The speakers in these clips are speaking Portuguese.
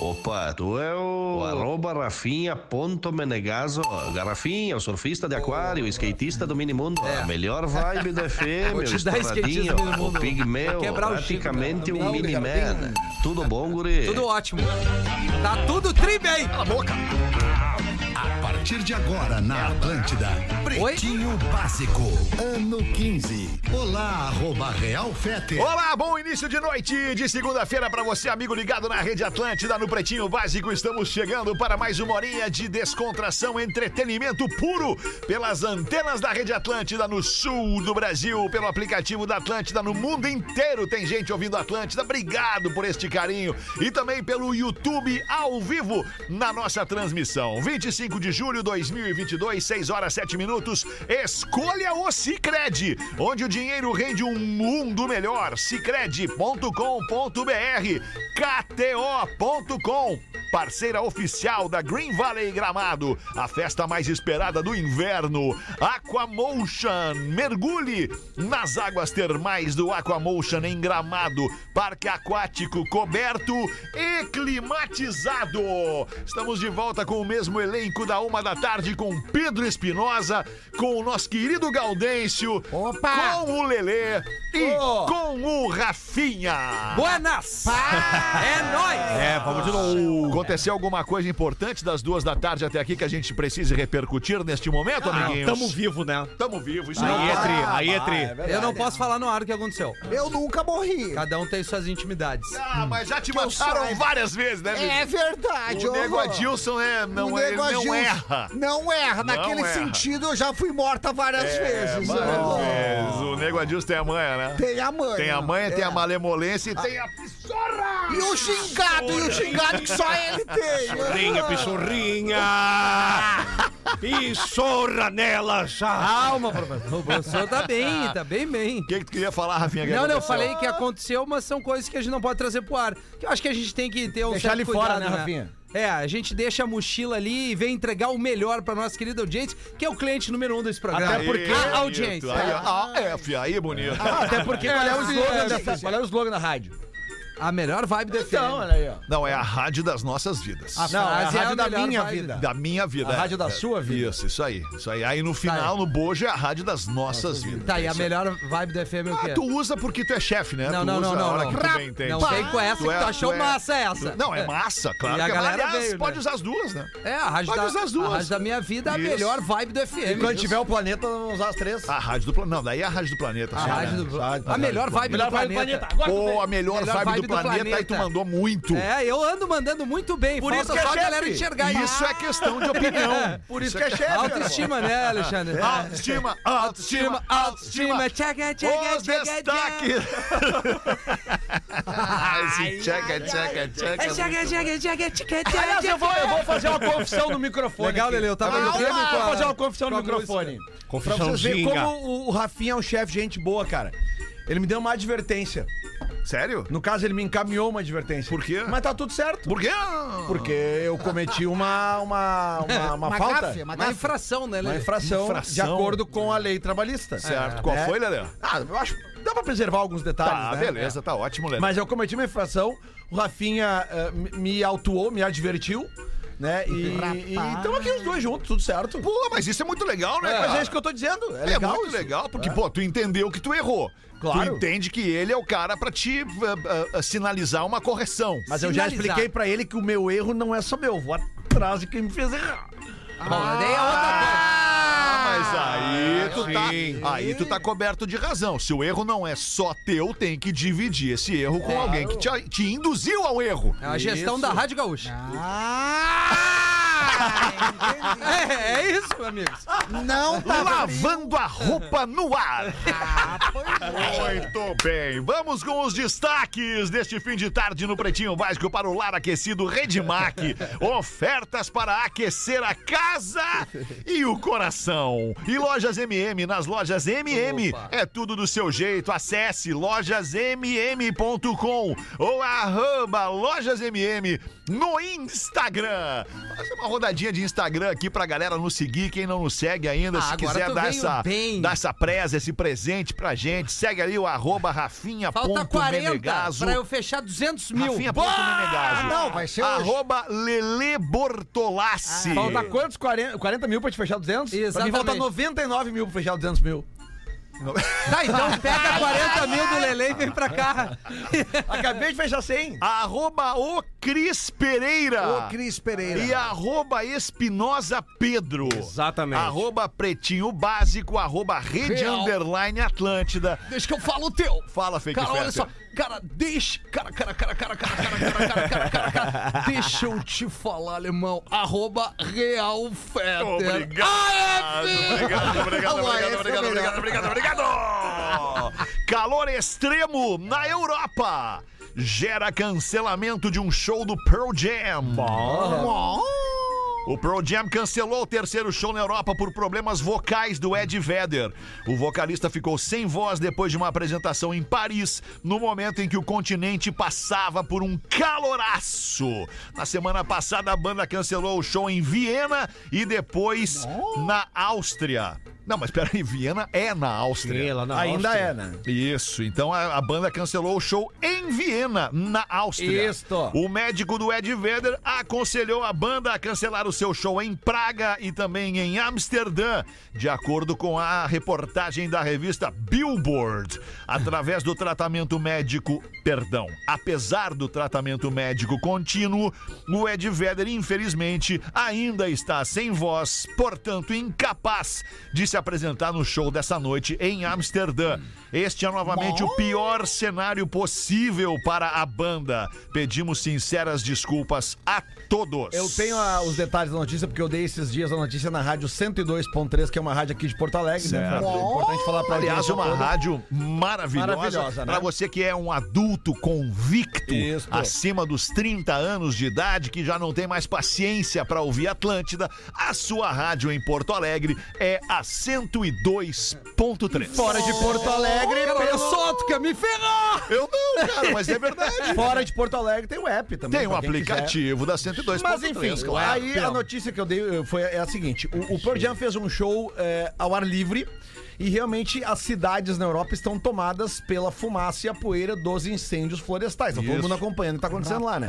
Opa, tu é o, o arroba Rafinha ponto Menegazo. Garrafinha, o surfista de aquário, o skatista do minimundo. É. A melhor vibe do FM, Vou o te dar skatista estouradinho, do mini o mundo. pigmeu, Vai quebrar o Chico, praticamente cara. um Não, né? mini-man. Tudo bom, guri? Tudo ótimo. Tá tudo tri bem. Cala a boca. A partir de agora, na Atlântida. Pretinho Básico, ano 15. Olá, arroba Real Fete. Olá, bom início de noite de segunda-feira para você, amigo ligado na Rede Atlântida, no Pretinho Básico. Estamos chegando para mais uma horinha de descontração, entretenimento puro pelas antenas da Rede Atlântida no sul do Brasil, pelo aplicativo da Atlântida no mundo inteiro. Tem gente ouvindo Atlântida. Obrigado por este carinho e também pelo YouTube ao vivo na nossa transmissão. 25 de julho de 2022, 6 horas 7 minutos. Escolha o Cicred, onde o dinheiro rende um mundo melhor. Cicred.com.br, KTO.com, parceira oficial da Green Valley Gramado, a festa mais esperada do inverno. Aquamotion, mergulhe nas águas termais do Aquamotion em Gramado, parque aquático coberto e climatizado. Estamos de volta com o mesmo elenco da uma da tarde com Pedro Espinosa, com o nosso querido Gaudêncio, Opa! com o Lelê e Ô! com o Rafinha. Buenas. É nóis. É, vamos de novo. Aconteceu alguma coisa importante das duas da tarde até aqui que a gente precise repercutir neste momento, Ah, amiguinhos? Tamo vivo, né? Tamo vivo, isso Ah, Aí é não- tri, aí é tri. Eu não posso falar no ar o que aconteceu. Eu nunca morri. Cada um tem suas intimidades. Ah, mas já te eu mataram saiba. várias vezes, né, bicho? Então É verdade, O ô, nego Rô. Adilson é, O não, é, ele nego não Adilson erra. Não erra. Naquele erra. sentido, eu já fui morta várias vezes. Mas, ô, né? Rô. vezes, o nego Adilson tem a manha, né? Tem a mãe. Tem a manha, tem a malemolência e tem a. E o xingado, e o xingado que só ele tem. né? Pissorrinha, pissorrinha! Pissorra nelas! Ah, Calma, professor. O professor tá bem, tá bem, bem. O que, que tu queria falar, Rafinha? que Não, não, eu aconteceu? falei que aconteceu, mas são coisas que a gente não pode trazer pro ar. Que eu acho que a gente tem que ter um Deixar certo ele fora, cuidado, né, Rafinha? É, a gente deixa a mochila ali e vem entregar o melhor pra nossa querida audiência, que é o cliente número um desse programa. Aí, a é bonito. audiência. Aí, ó, a F, aí, bonito. Até porque qual é o slogan dessa... Qual é o slogan da rádio? A melhor vibe do Então, FM. olha aí, ó. Não, é a rádio das nossas vidas. A Não, frase é a é a da melhor minha vibe. vida. Da minha vida. A é. rádio da É, sua vida. Tá Isso, isso aí. Isso aí. Aí no final, no bojo, é a rádio das nossas vidas. Tá, e É a isso aí. melhor vibe do FM é o quê? Ah, tu usa porque tu é chefe, né? Não, Tu não, usa não, a não, hora não. que tu bem, entende? Não Tu- vem com essa que tu achou é- massa essa. Não, é massa, claro. E a que é- galera Aliás, veio, né? pode usar as duas, né? É, a rádio, Pode da, usar as duas. a rádio da minha vida é a Isso. melhor vibe do FM. E quando tiver o planeta, vamos usar as três. A rádio do planeta. Não, daí é a rádio do planeta. a sim, rádio né? do, Rádio a melhor vibe do planeta. Pô, a melhor, Melhor vibe, do, planeta, aí tu mandou muito. É, eu ando mandando muito bem. Por Falta isso que é só a chefe. galera enxergar Isso é questão de opinião. É. Por isso que é chefe. Autoestima, né, Alexandre? Autoestima, autoestima, autoestima. Autoestima, tchaca, tchaca, Os tchaca, destaques. tchaca. Esse tchaca, tchaca, tchaca. É tchaca, tchaca, tchaca, tchaca, tchaca. Aliás, eu vou, eu vou fazer uma confissão no microfone. Legal, aqui. Lelê, eu tava no Calma, Grêmio com Vou a- fazer uma confissão com no a microfone. Pra vocês Confissãozinha. verem como o- o Rafinha é um chefe de gente boa, cara. Ele me deu uma advertência. Sério? No caso, ele me encaminhou uma advertência. Por quê? Mas tá tudo certo. Por quê? Porque eu cometi uma, uma, uma, uma Uma falta. gafe, uma Uma gafe. infração, né, Uma Lelê? infração, Infração. de acordo com a lei trabalhista. Certo. Qual É. né? foi, Lelê? Ah, eu acho que dá pra preservar alguns detalhes, Tá, né? beleza, tá ótimo, Lelê. Mas eu cometi uma infração, o Rafinha eh, me- me autuou, me advertiu, né? E estamos aqui os dois juntos, tudo certo. Pô, mas isso é muito legal, né? cara? Mas é isso que eu tô dizendo. É É legal muito isso. legal, porque, pô, tu entendeu que tu errou. Tu Claro. entende que ele é o cara pra te ah, ah, sinalizar uma correção. Mas eu já Sinalizar. expliquei pra ele que o meu erro não é só meu, vou atrás de quem me fez errar. Bom, daí é outra coisa. Ah, mas aí tu tá, sim. aí tu tá coberto de razão. Se o erro não é só teu, tem que dividir esse erro com alguém que te, te induziu ao erro. É a gestão Isso. da Rádio Gaúcha. Ah! Ah. É, é isso, meu amigo. Não tá tava... Lavando a roupa no ar. Muito bem, vamos com os destaques deste fim de tarde no Pretinho Básico para o Lar Aquecido Redmac. Ofertas para aquecer a casa e o coração. E lojas MM, nas lojas MM Opa. é tudo do seu jeito. Acesse lojasmm.com ou arroba lojasmm no Instagram. Faça uma recomendadinha de Instagram aqui pra galera nos seguir. Quem não nos segue ainda, Ah, se agora quiser tu dar veio essa, bem. dar essa presa, esse presente pra gente, segue ali o arroba Falta 40 rafinha.menegaso. pra eu fechar 200 mil. Rafinha Boa! ponto Menegaso. um Ah, não, vai ser hoje. Ah, Arroba Lele Bortolassi. Falta quantos? 40, 40 mil pra te fechar 200? Pra mim Exatamente. falta 99 mil pra fechar 200 mil. Tá, então pega 40 mil do Lele e vem pra cá. Acabei de fechar 100. Arroba o Cris Pereira. Ô, Cris Pereira. E arroba Espinosa Pedro. Exatamente. Arroba Pretinho Básico, arroba Rede Real. Underline Atlântida. Deixa que eu falo o teu. Fala, Fake Cara, olha Fetter. só. Cara, deixa. Cara, cara, cara, cara, cara, cara, cara, cara, cara, cara, cara. Deixa eu te falar, alemão. Arroba Real Fetter. Ah, é Obrigado, obrigado, obrigado, obrigado, obrigado, obrigado, obrigado, obrigado. Calor extremo na Europa gera cancelamento de um show do Pearl Jam. O Pearl Jam cancelou o terceiro show na Europa por problemas vocais do Ed Vedder. O vocalista ficou sem voz depois de uma apresentação em Paris, no momento em que o continente passava por um caloraço. Na semana passada, a banda cancelou o show em Viena e depois na Áustria. Não, mas peraí, Viena é na Áustria. Ainda é, né? Isso, então a, a banda cancelou o show em Viena, na Áustria. Isto. O médico do Ed Vedder aconselhou a banda a cancelar o seu show em Praga e também em Amsterdã, de acordo com a reportagem da revista Billboard. Através do tratamento médico, perdão, apesar do tratamento médico contínuo, o Ed Vedder, infelizmente, ainda está sem voz, portanto incapaz de se apresentar no show dessa noite em Amsterdã. Este é novamente o pior cenário possível para a banda. Pedimos sinceras desculpas a todos. Eu tenho a- os detalhes da notícia, porque eu dei esses dias a notícia na rádio 102.3, que é uma rádio aqui de Porto Alegre, né? Certo. É importante falar pra um Aliás, audiência uma toda. rádio maravilhosa, Maravilhosa, né? para você que é um adulto convicto, Isso. acima dos 30 anos de idade, que já não tem mais paciência para ouvir Atlântida. A sua rádio em Porto Alegre é a 102.3. Fora de Porto Alegre, Eu pelo... sou tu que me ferrou! Eu não, cara, mas é verdade. Fora de Porto Alegre tem o app também. Tem um pra quem quiser. aplicativo da 102.3, Mas enfim, claro. aí a notícia que eu dei eh, foi é a seguinte: o, o Pearl Jam fez um show eh, ao ar livre e realmente as cidades na Europa estão tomadas pela fumaça e a poeira dos incêndios florestais. Tá todo mundo acompanhando o que tá acontecendo lá, né?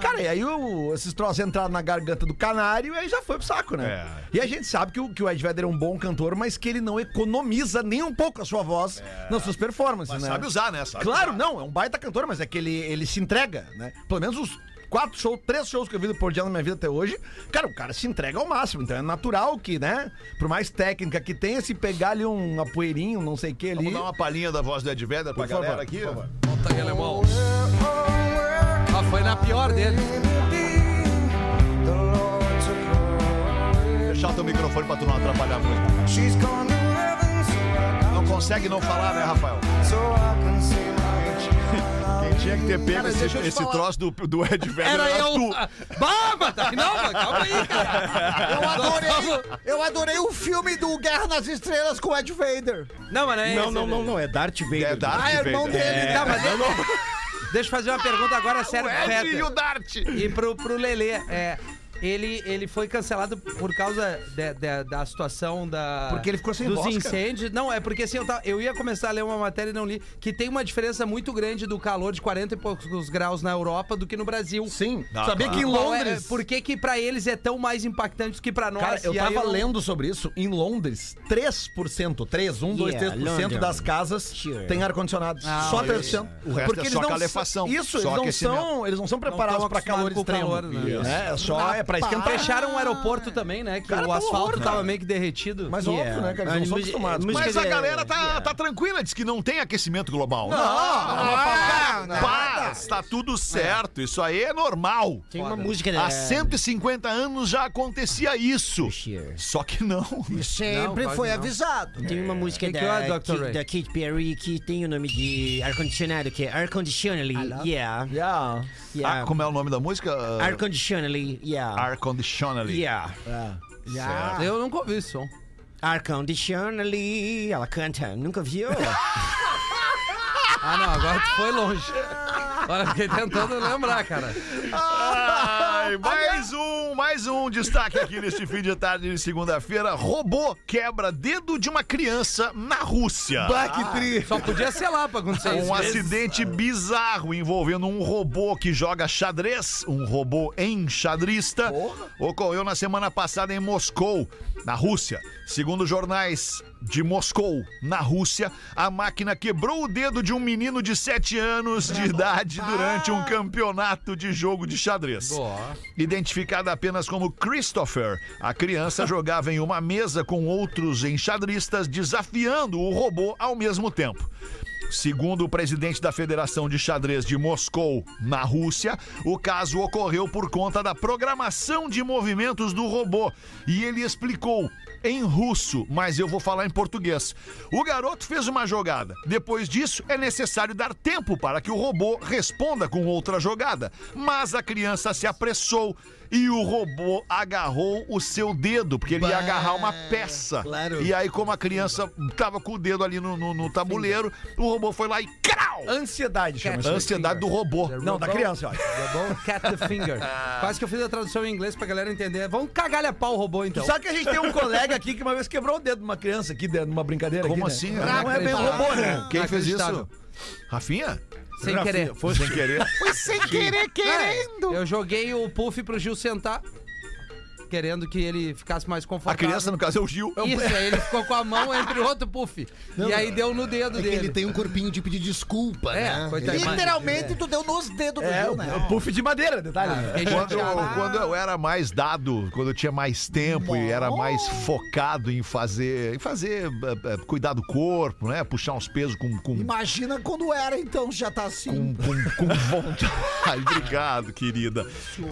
Cara, e aí o- esses troços entraram na garganta do canário e aí já foi pro saco, né? É. E a gente sabe que o, que o Ed Vedder é um bom cantor, mas que ele não economiza nem um pouco a sua voz nas suas performances, né? É. Sabe usar, né? Sabe Claro, usar. não, é um baita cantor, mas é que ele, ele se entrega, né? Pelo menos os quatro shows, três shows que eu vi do Pearl Jam na minha vida até hoje, cara, o cara se entrega ao máximo, então é natural que, né? Por mais técnica que tenha, se pegar ali um uma poeirinha, um não sei o que ali... Vamos dar uma palhinha da voz do Ed Vedder pra Por favor, galera aqui? Volta aí, alemão. Ah, foi na pior dele. Deixar teu microfone pra tu não atrapalhar muito. Não consegue não falar, né, Rafael? Quem tinha que ter pego Cara, esse, deixa eu te esse falar. troço do, do Ed Vedder Era eras eu. tu. Bah, mas tá- não, mas calma aí, cara. né? Eu adorei, eu adorei o filme do Guerra nas Estrelas com o Ed Vader. Não, mas não é Não, esse, não, não, né? não. É Darth Vader. É Darth Ah, é irmão Vader. dele. Tá, mas deixa, deixa eu fazer uma pergunta É agora séria pro O Ed e Peter. o Dart. E pro, pro Lelê, é, ele, ele foi cancelado por causa de- de- da situação da. Porque ele ficou sem Dos voz, cara. incêndios. Não, é porque assim, eu, tava- eu ia começar a ler uma matéria e não li. Que tem uma diferença muito grande do calor de 40 e poucos graus na Europa do que no Brasil. Sim, sabia tá. que em Qual é- Londres... por que que pra eles é tão mais impactante do que pra nós? Cara, eu E aí tava lendo sobre isso. Em Londres, 3%, 3, 1, 2, 3% London. das casas Sure. tem ar-condicionado. Ah, só olha 3%. O resto é eles só não calefação, são- Isso, só eles, não são, eles não são preparados tão pra calor acostumados com calor, extremo. né? Isso. É, é só é pra Ah, esquentar. Fecharam o aeroporto também, né? Que Cara, o tá um asfalto horror, tava cara. meio que derretido. Mas óbvio, né, cara? Eles não são Mas- acostumados. mas- Mas Quer a dizer, galera tá, tá tranquila, diz que não tem aquecimento global. Ah, não. Paz, tá É. tudo certo. Isso aí é normal. Tem uma música, né? Há 150 anos já acontecia isso. Sure. Só que não. Sempre Não, foi quase não. Ah, avisado. Tem uma música Que que da, é, Dr. Ki- Ray? da Katy Perry que tem o nome de ar-condicionado, que é Air-Conditionally. Yeah. Yeah. yeah. Ah, como é o nome da música? Ah, Air-Conditionally. Yeah. Air Conditionally. Yeah. Certo. Eu nunca ouvi esse som. Air-Conditionally. Ela canta. Nunca viu? Ah, não, agora tu foi longe. Agora eu fiquei tentando lembrar, cara. Ai, mais um, mais um um destaque aqui neste fim de tarde de segunda-feira. Robô quebra dedo de uma criança na Rússia. Ah, Só podia ser lá pra acontecer isso. Um acidente bizarro envolvendo um robô que joga xadrez, um robô enxadrista, ocorreu na semana passada em Moscou, na Rússia. Segundo jornais de Moscou, na Rússia, a máquina quebrou o dedo de um menino de 7 anos de idade durante um campeonato de jogo de xadrez. Identificada apenas como Christopher, a criança jogava em uma mesa com outros enxadristas, desafiando o robô ao mesmo tempo. Segundo o presidente da Federação de Xadrez de Moscou, na Rússia, o caso ocorreu por conta da programação de movimentos do robô. E ele explicou em russo, mas eu vou falar em português. O garoto fez uma jogada. Depois disso, é necessário dar tempo para que o robô responda com outra jogada. Mas a criança se apressou e o robô agarrou o seu dedo, porque ele ia agarrar uma peça. claro. E aí, como a criança tava com o dedo ali no, no- no tabuleiro, o robô foi lá e crau! Ansiedade, chama isso. Ansiedade do robô. Não, da criança, olha. Robô É cat the finger. Quase que eu fiz a tradução em inglês pra galera entender. Vamos cagar a pau o robô, então. Sabe que a gente tem um colega aqui que uma vez quebrou o dedo de uma criança aqui dentro de uma brincadeira? Como aqui, assim? Né? Não é bem um robô, né? Quem fez isso? Inacreditável. Rafinha? tá- Sem querer. Foi sem querer. Querendo. Eu joguei o puff pro Gil sentar, querendo que ele ficasse mais A confortável. criança, no caso, é o Gil. Isso, aí ele ficou com a mão entre o outro puff. e aí deu no dedo É que dele. ele tem um corpinho de pedir desculpa, É, né? coitado. Ele- Literalmente, tu deu nos dedos do É, Gil, o, né? Ah, é. o puff de madeira, detalhe. né? Fiquei Quando, chateado. quando eu era mais dado, quando eu tinha mais tempo e era mais focado em fazer, em fazer, eh, eh, cuidar do corpo, né? Puxar uns pesos com, com, Imagina quando era, então, já tá assim. com, com- com vontade. Obrigado, querida.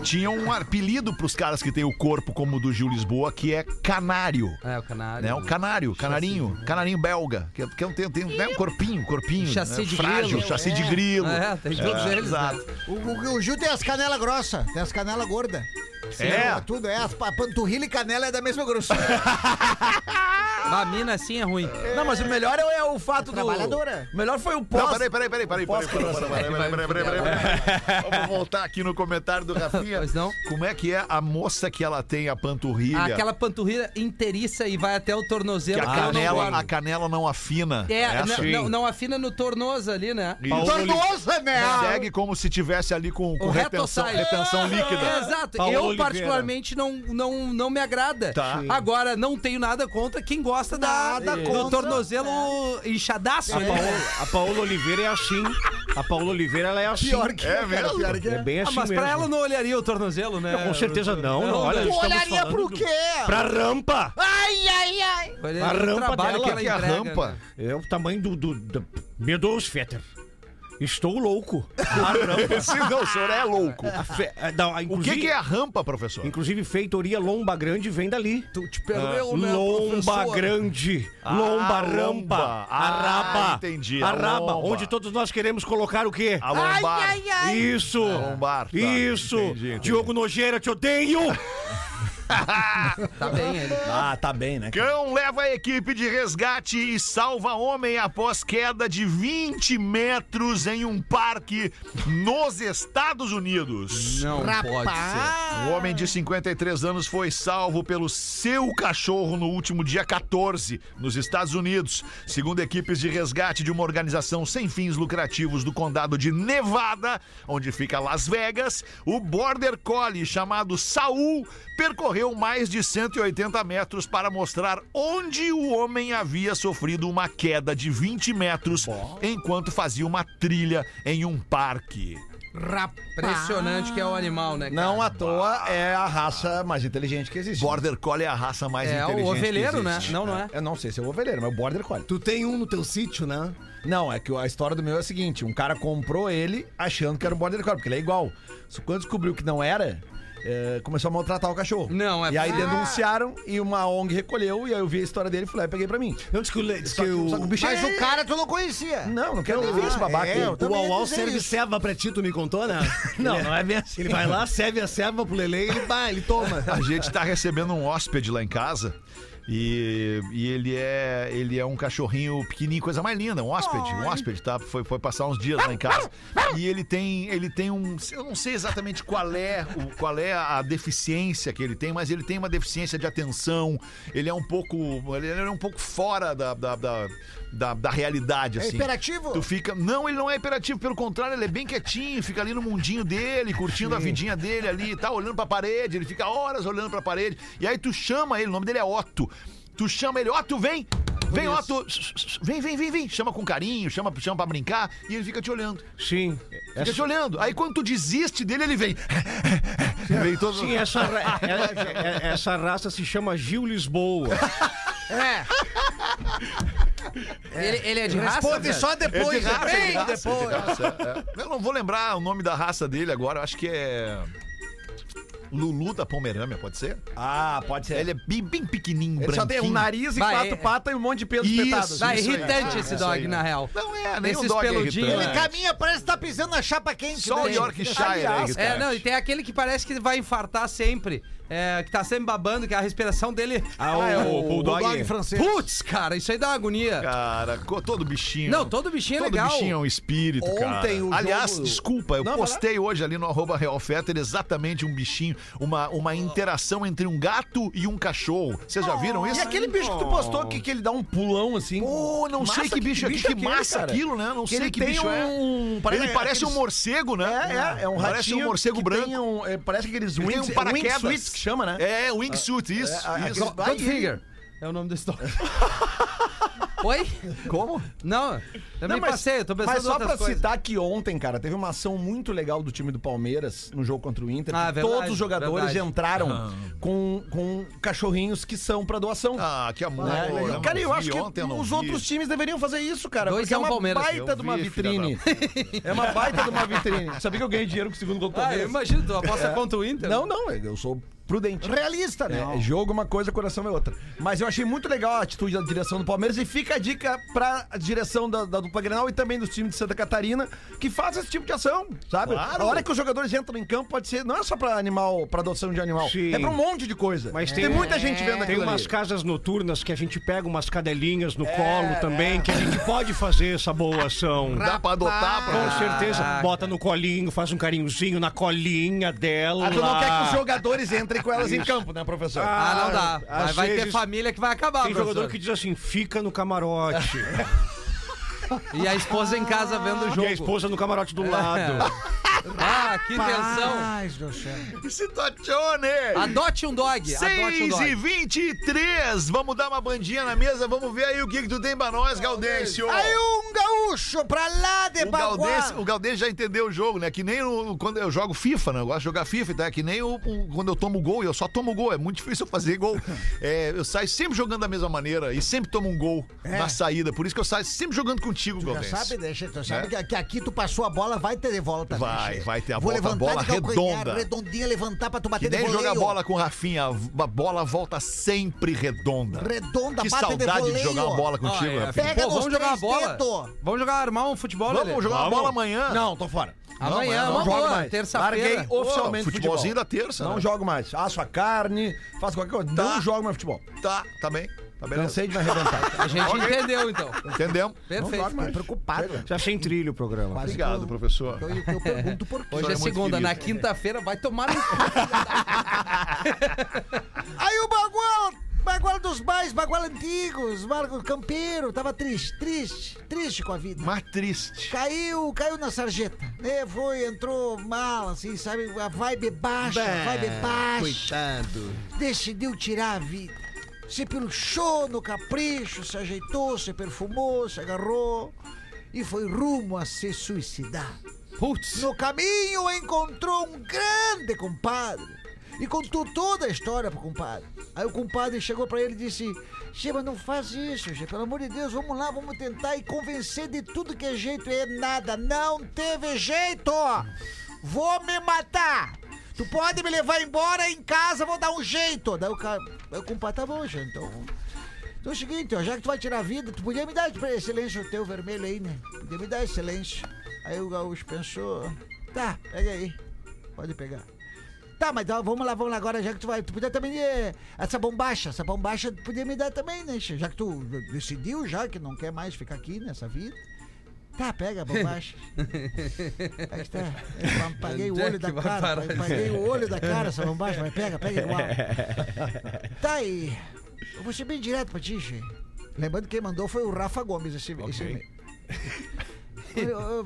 Tinha um apelido pros caras que tem o corpo como o do Gil Lisboa, que é canário. É, o canário. Né? Um canário, canarinho, canarinho belga, que, é- que é um- tem, tem né? um corpinho, corpinho, Chassi né? de frágil, grilo. chassi de grilo. É, tem todos eles, exato. né? O, o- o Gil tem as canelas grossas, tem as canelas gordas. É. Tudo é, as pa- panturrilha e canela é da mesma grossura. A mina assim é ruim. Não, mas o melhor é, é o fato do. Trabalhadora. O melhor foi o pós. Não, peraí, peraí, peraí, peraí, peraí, peraí, peraí, peraí, peraí, peraí, peraí, peraí, peraí. Vamos voltar aqui no comentário do Rafinha. Pois não? Como é que é a moça que ela tem a panturrilha? Aquela panturrilha inteiriça e vai até o que tornozelo. a eu não canela, assim. gosto. a canela não afina. É, Essa? não, não- não afina no tornozo ali, né? Tornosa, né? é Segue como se tivesse ali com, com O retenção, retosai. retenção É, líquida. Um Exato. Paulo eu, Oliveira. particularmente, não, não, não me agrada. Tá. Sim. Agora, não tenho nada contra quem gosta da, Nada do contra, tornozelo É. inchadaço. A né? Paola, a Paola Oliveira é assim. A Paola Oliveira, ela é assim. Pior que é, cara, pior que É é. bem assim Ah, mas mesmo. É, pra ela eu não olharia o tornozelo, né? Com certeza não. não. Olha, Tu estamos olharia falando pro do- quê? Pra rampa. Ai, ai, ai. Olharia A o rampa trabalho dela, que ela que é a entrega, rampa. né? É o tamanho do... do, do... Meu Deus, Fetter. Estou louco. A rampa... Se não, o senhor é louco. a fe- é, não, a- O que, inclusive, que é a rampa, professor? Inclusive, feitoria Lomba Grande vem dali. Tu te Ah, perdeu, né, Ah. Lomba professor? grande, lomba Ah, rampa, lomba. araba, Ah, entendi, a araba, lomba. onde todos nós queremos colocar o quê? A lombar. Isso, lombar, tá. isso, Entendi, entendi. Diogo Nogueira, te odeio. Tá bem, ele. Ah, tá bem, né? Cão leva a equipe de resgate e salva homem após queda de 20 metros em um parque nos Estados Unidos. Não pode ser. Um homem de 53 anos foi salvo pelo seu cachorro no último dia 14, nos Estados Unidos. Segundo equipes de resgate de uma organização sem fins lucrativos do condado de Nevada, onde fica Las Vegas, o border collie chamado Saul percorreu mais de 180 metros para mostrar onde o homem havia sofrido uma queda de 20 metros enquanto fazia uma trilha em um parque. Impressionante que é o animal, né? cara? Não à toa é a raça mais inteligente que existe. Border collie é a raça mais É inteligente. o ovelheiro, que né? existe. Não, não é. Eu não sei se é o ovelheiro, mas o border collie. Tu tem um no teu sítio, né? Não, é que a história do meu é a seguinte: um cara comprou ele achando que era um border collie, porque ele é igual. Só que quando descobriu que não era, é, começou a maltratar o cachorro. Não, é E Ah. aí possível. denunciaram e uma ONG recolheu, e aí eu vi a história dele e fui lá e peguei pra mim. um Não, diz que, Só que, só que o bicho Mas é- o cara tu não conhecia. Não, não quero nem ver esse babaca. aí. é, eu O também ia Uau dizer serve isso. serva pra ti, tu me contou, né? Não, não é bem assim. Ele vai lá, serve a serva pro Lele e ele, pá, ele toma. A gente tá recebendo um hóspede lá em casa E, e ele, é, ele é um cachorrinho pequenininho, coisa mais linda, um hóspede. Um hóspede, tá? Foi, foi passar uns dias lá em casa. E ele tem, ele tem um. Eu não sei exatamente qual é, o, qual é a deficiência que ele tem, mas ele tem uma deficiência de atenção. Ele é um pouco. Ele é um pouco fora da, da, da, da- da realidade, assim. hiperativo? Tu fica. Não, ele não é hiperativo, pelo contrário, ele é bem quietinho, fica ali no mundinho dele, curtindo a vidinha dele ali e tal, olhando pra parede, ele fica horas olhando pra parede. E aí tu chama ele, o nome dele é Otto. Tu chama ele, Otto, vem! Vem, Otto! Vem, vem, vem, vem! Chama com carinho, chama, chama pra brincar e ele fica te olhando. Sim. Fica te olhando. Aí quando tu desiste dele, ele vem. vem todo. Sim, essa, ra- é- é- essa raça se chama Gil Lisboa. Ele, ele é de raça? é Responde só depois. de raça, né? de Bem raça, depois. de raça, é. Eu não vou lembrar o nome da raça dele agora, eu acho que é. Lulu da Pomerânia, pode ser? Ah, pode ser. Ele é bem, bem pequenininho, Ele só tem um branquinho. nariz e Vai, quatro é- patas e um monte de pelo Isso, espetado. Tá Isso aí, irritante é, esse isso dog, aí. na real. Não é, nem Esses o dog é peludinhos, irritante. Ele caminha, parece que tá pisando na chapa quente. Só o né? Yorkshire é Aliás, irritante. É, não, e tem aquele que parece que vai infartar sempre. é, que tá sempre babando, que a respiração dele. é Ah, o, é, o Bulldog. francês. Putz, cara, isso aí dá uma agonia. Cara, co- todo bichinho. Não, todo bichinho é Todo legal. bichinho é um espírito, cara. Ontem o Aliás, jogo- desculpa, eu Não, vai lá. postei hoje ali no arroba Real Fetter exatamente um bichinho, uma, uma interação entre um gato e um cachorro. Vocês já viram Oh, E isso? aquele bicho que tu postou aqui, que ele dá um pulão assim. Pô, não sei que bicho, é aquele, que, massa aquilo, né? Não sei ele que tem bicho um- é. parece- Ele parece um aqueles- morcego, né? É, é, é um ratinho. Parece um morcego que branco. tem um- é, parece aqueles Ele tem wings, um wingsuits paraquedas. que chama, né? É, wingsuit, isso. Ah, isso. aquele- Ai, ele- Goldfinger. É o nome desse dog. Oi? Como? Não, também Não, mas- passei, eu tô pensando Mas em só outras pra coisas. citar que ontem, cara, teve uma ação muito legal do time do Palmeiras no jogo contra o Inter. Ah, que verdade, todos os jogadores verdade. Ah. entraram com, com cachorrinhos que são pra doação. Ah, que amor. né? eu não cara, eu vi acho que ontem, eu não os vi. outros times deveriam fazer isso, cara. Dois porque é é um uma Palmeiras. baita Eu de uma vi, filha vitrine. É uma baita de uma vitrine. Sabia que eu ganhei dinheiro com o segundo gol do Ah, eu Palmeiras? imagino, tu aposta contra o Inter. Não, não, eu sou prudente. Realista, né? É, jogo é uma coisa, coração é outra. Mas eu achei muito legal a atitude da direção do Palmeiras e fica a dica pra direção da, da dupla Grenal e também dos times de Santa Catarina que faz esse tipo de ação, sabe? Claro. A hora que os jogadores entram em campo pode ser, não é só pra animal, pra adoção de animal, Sim. é pra um monte de coisa. Mas tem, tem- muita gente vendo Tem aquilo umas ali. É, casas noturnas que a gente pega umas cadelinhas no colo também, que a gente pode fazer essa boa ação. Dá pra adotar, pra Com certeza. Bota no colinho, faz um carinhozinho na colinha dela. Ah, tu não quer que os jogadores entrem com elas em campo, né, professor? Ah, não dá. às Vai, vai ter vezes- família que vai acabar, Tem jogador professor. que diz assim, fica no camarote. E a esposa em casa vendo o e a jogo. esposa no camarote É. do lado. Ah, que tensão. Situazione! Adote um dog. Adote um 6 dog. e 23 Vamos dar uma bandinha na mesa, vamos ver aí o que, que tu tem pra nós, Gaudêncio. Aí um gaúcho pra lá de O Baguá. Gaudêncio, o Gaudêncio já entendeu o jogo, né? Que nem o- quando eu jogo FIFA, né? Eu gosto de jogar FIFA, tá? Que nem o, o- quando eu tomo gol, e eu só tomo gol. É muito difícil eu fazer gol. É, eu saio sempre jogando da mesma maneira e sempre tomo um gol na saída. Por isso que eu saio sempre jogando contigo, É. Já Gaudêncio. sabe, né, Cheto? Sabe Né? que, que aqui tu passou a bola, vai ter de volta. né, Vai, Cheto? vai ter a Vou volta, a levantar bola de calcanhar, redonda. redondinha, levantar pra tu Que bater nem de jogar voleio. bola com o Rafinha, a bola volta sempre redonda. Redonda, Que bate de saudade de voleio. jogar uma bola Ó, contigo, é, Rafinha. Pega pô, nos vamos jogar uma três bola. dedos. Vamos jogar armar um futebol, Lelê? Vamos jogar uma Vamos. bola amanhã. Não, tô fora. Amanhã, não uma jogo boa. mais. Terça-feira. Larguei oficialmente Pô, futebolzinho da terça, Não né? jogo mais. Asso a carne, faço qualquer coisa. Não jogo mais futebol. Tá, tá bem. Tá beleza. Cansei de me arrebentar. A gente entendeu, então. Entendemos. Perfeito. Fiquei preocupado. Já sem trilho o programa. Obrigado, professor. Eu, eu pergunto por quê. Hoje Senhor é é muito segunda, na querido. quinta-feira vai tomar no cu. Aí o Bagual, Bagual dos mais, Bagual antigos, Marco Campeiro, tava triste, triste, triste com a vida. Mas triste. Caiu, caiu na sarjeta. né? foi, entrou mal, assim, sabe? A vibe baixa, a É. vibe baixa. Coitado. Decidiu tirar a vida. Se pilchou no capricho, se ajeitou, se perfumou, se agarrou e foi rumo a se suicidar. Putz. No caminho encontrou um grande compadre e contou toda a história pro compadre. Aí o compadre chegou pra ele e disse: Cheba, não faz isso, Che, pelo amor de Deus, vamos lá, vamos tentar e convencer de tudo que é jeito. É nada, não teve jeito! Vou me matar! Tu pode me levar embora em casa, vou dar um jeito! Daí o, ca... Aí o compadre tá bom, Che, então. Então é o seguinte, ó, já que tu vai tirar a vida, tu podia me dar esse silêncio teu vermelho aí, né? Podia me dar esse silêncio. Aí o gaúcho pensou, tá, pega aí, pode pegar. Tá, mas ó, vamos lá, vamos lá agora, já que tu vai. Tu podia também. eh, essa bombacha, essa bombacha tu podia me dar também, né? Che? Já que tu decidiu já que não quer mais ficar aqui nessa vida. Tá, pega a bombacha. Aí está. Eu paguei o Onde é olho que da vai cara. parar pa- Paguei o olho da cara essa bombacha, mas pega, pega igual. Tá aí. Eu vou ser bem direto pra ti, Che. Lembrando que quem mandou foi o Rafa Gomes esse, esse e-mail. Eu- eu-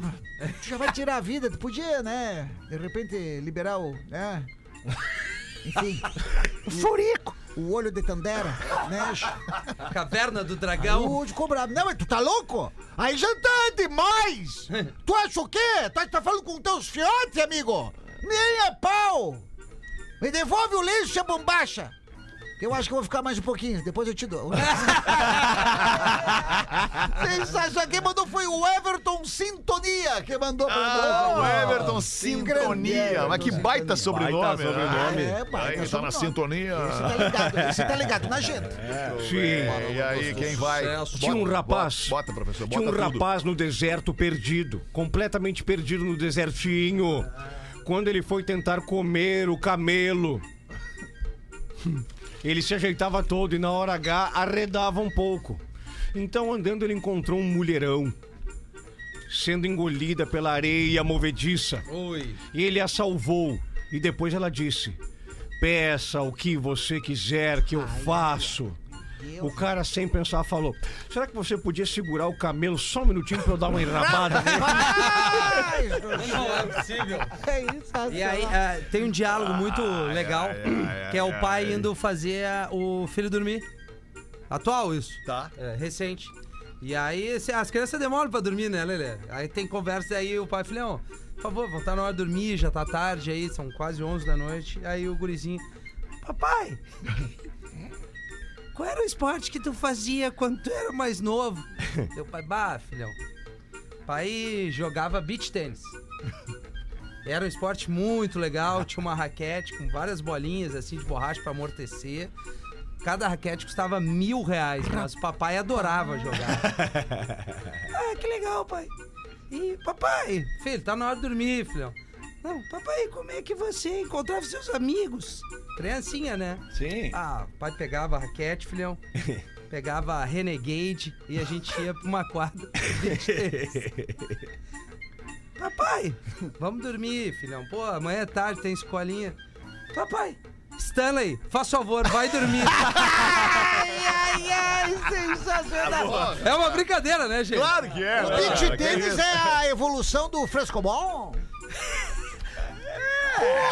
tu já vai tirar a vida, tu podia, né? De repente liberar o. né? Enfim. o furico! O olho de Tandera, né? Caverna do O Então. Dragão. olho ficou bravo. Não, mas tu tá louco? Aí já tá demais! tu acha o quê? Tu acha que tá falando com teus fiotes, amigo? Nem a pau! Me devolve o lenço, seu bombacha! Eu acho que eu vou ficar mais um pouquinho, depois eu te dou. Sensacional. Quem mandou foi o Everton Sintonia, que mandou pra Ah, nós. o Everton grande Sintonia. Everton Mas que baita sobrenome. Baita né? sobrenome. É, baita Aí, tá na sobrenome. sintonia. Você tá ligado, você tá ligado na gente. E aí, quem vai? Tinha um rapaz. Bota, professor. Bota Tinha um tudo. rapaz no deserto perdido, completamente perdido no desertinho. Quando ele foi tentar comer o camelo, ele se ajeitava todo e na hora H arredava um pouco. Então, andando, ele encontrou um mulherão sendo engolida pela areia movediça. Oi. E ele a salvou. E depois ela disse: Peça o que você quiser que eu faço. O cara, sem pensar, falou: Será que você podia segurar o camelo só um minutinho pra eu dar uma enrabada? nele?" Ai, Não é possível. sensacional. E aí, ah, tem um diálogo muito legal, que é o pai indo fazer a- o filho dormir. Atual isso. Tá. recente. E aí, se- as crianças demoram pra dormir, né, Lelê? Aí tem conversa, aí o pai, filhão, por favor, vão estar na hora de dormir, já tá tarde aí, são quase 11 da noite. Aí o gurizinho, papai, qual era o esporte que tu fazia quando tu era mais novo? Teu pai, bah, filhão, pai jogava beach tênis. Era um esporte muito legal, tinha uma raquete com várias bolinhas assim de borracha pra amortecer. Cada raquete custava mil reais, mas o papai adorava jogar. ah, que legal, pai. E papai, filho, tá na hora de dormir, filhão. Não, papai, como é que você encontrava seus amigos? Criancinha, né? Sim. Ah, o pai pegava a raquete, filhão. Pegava a Renegade e a gente ia pra uma quadra. de tênis. Papai, vamos dormir, filhão. Pô, amanhã é tarde, tem escolinha. Papai, Stanley, faz favor, vai dormir. Ai, ai, ai, sensacional. é uma brincadeira, né, gente? Claro que é. O né, cara? beat Que tênis isso? é a evolução do frescobol?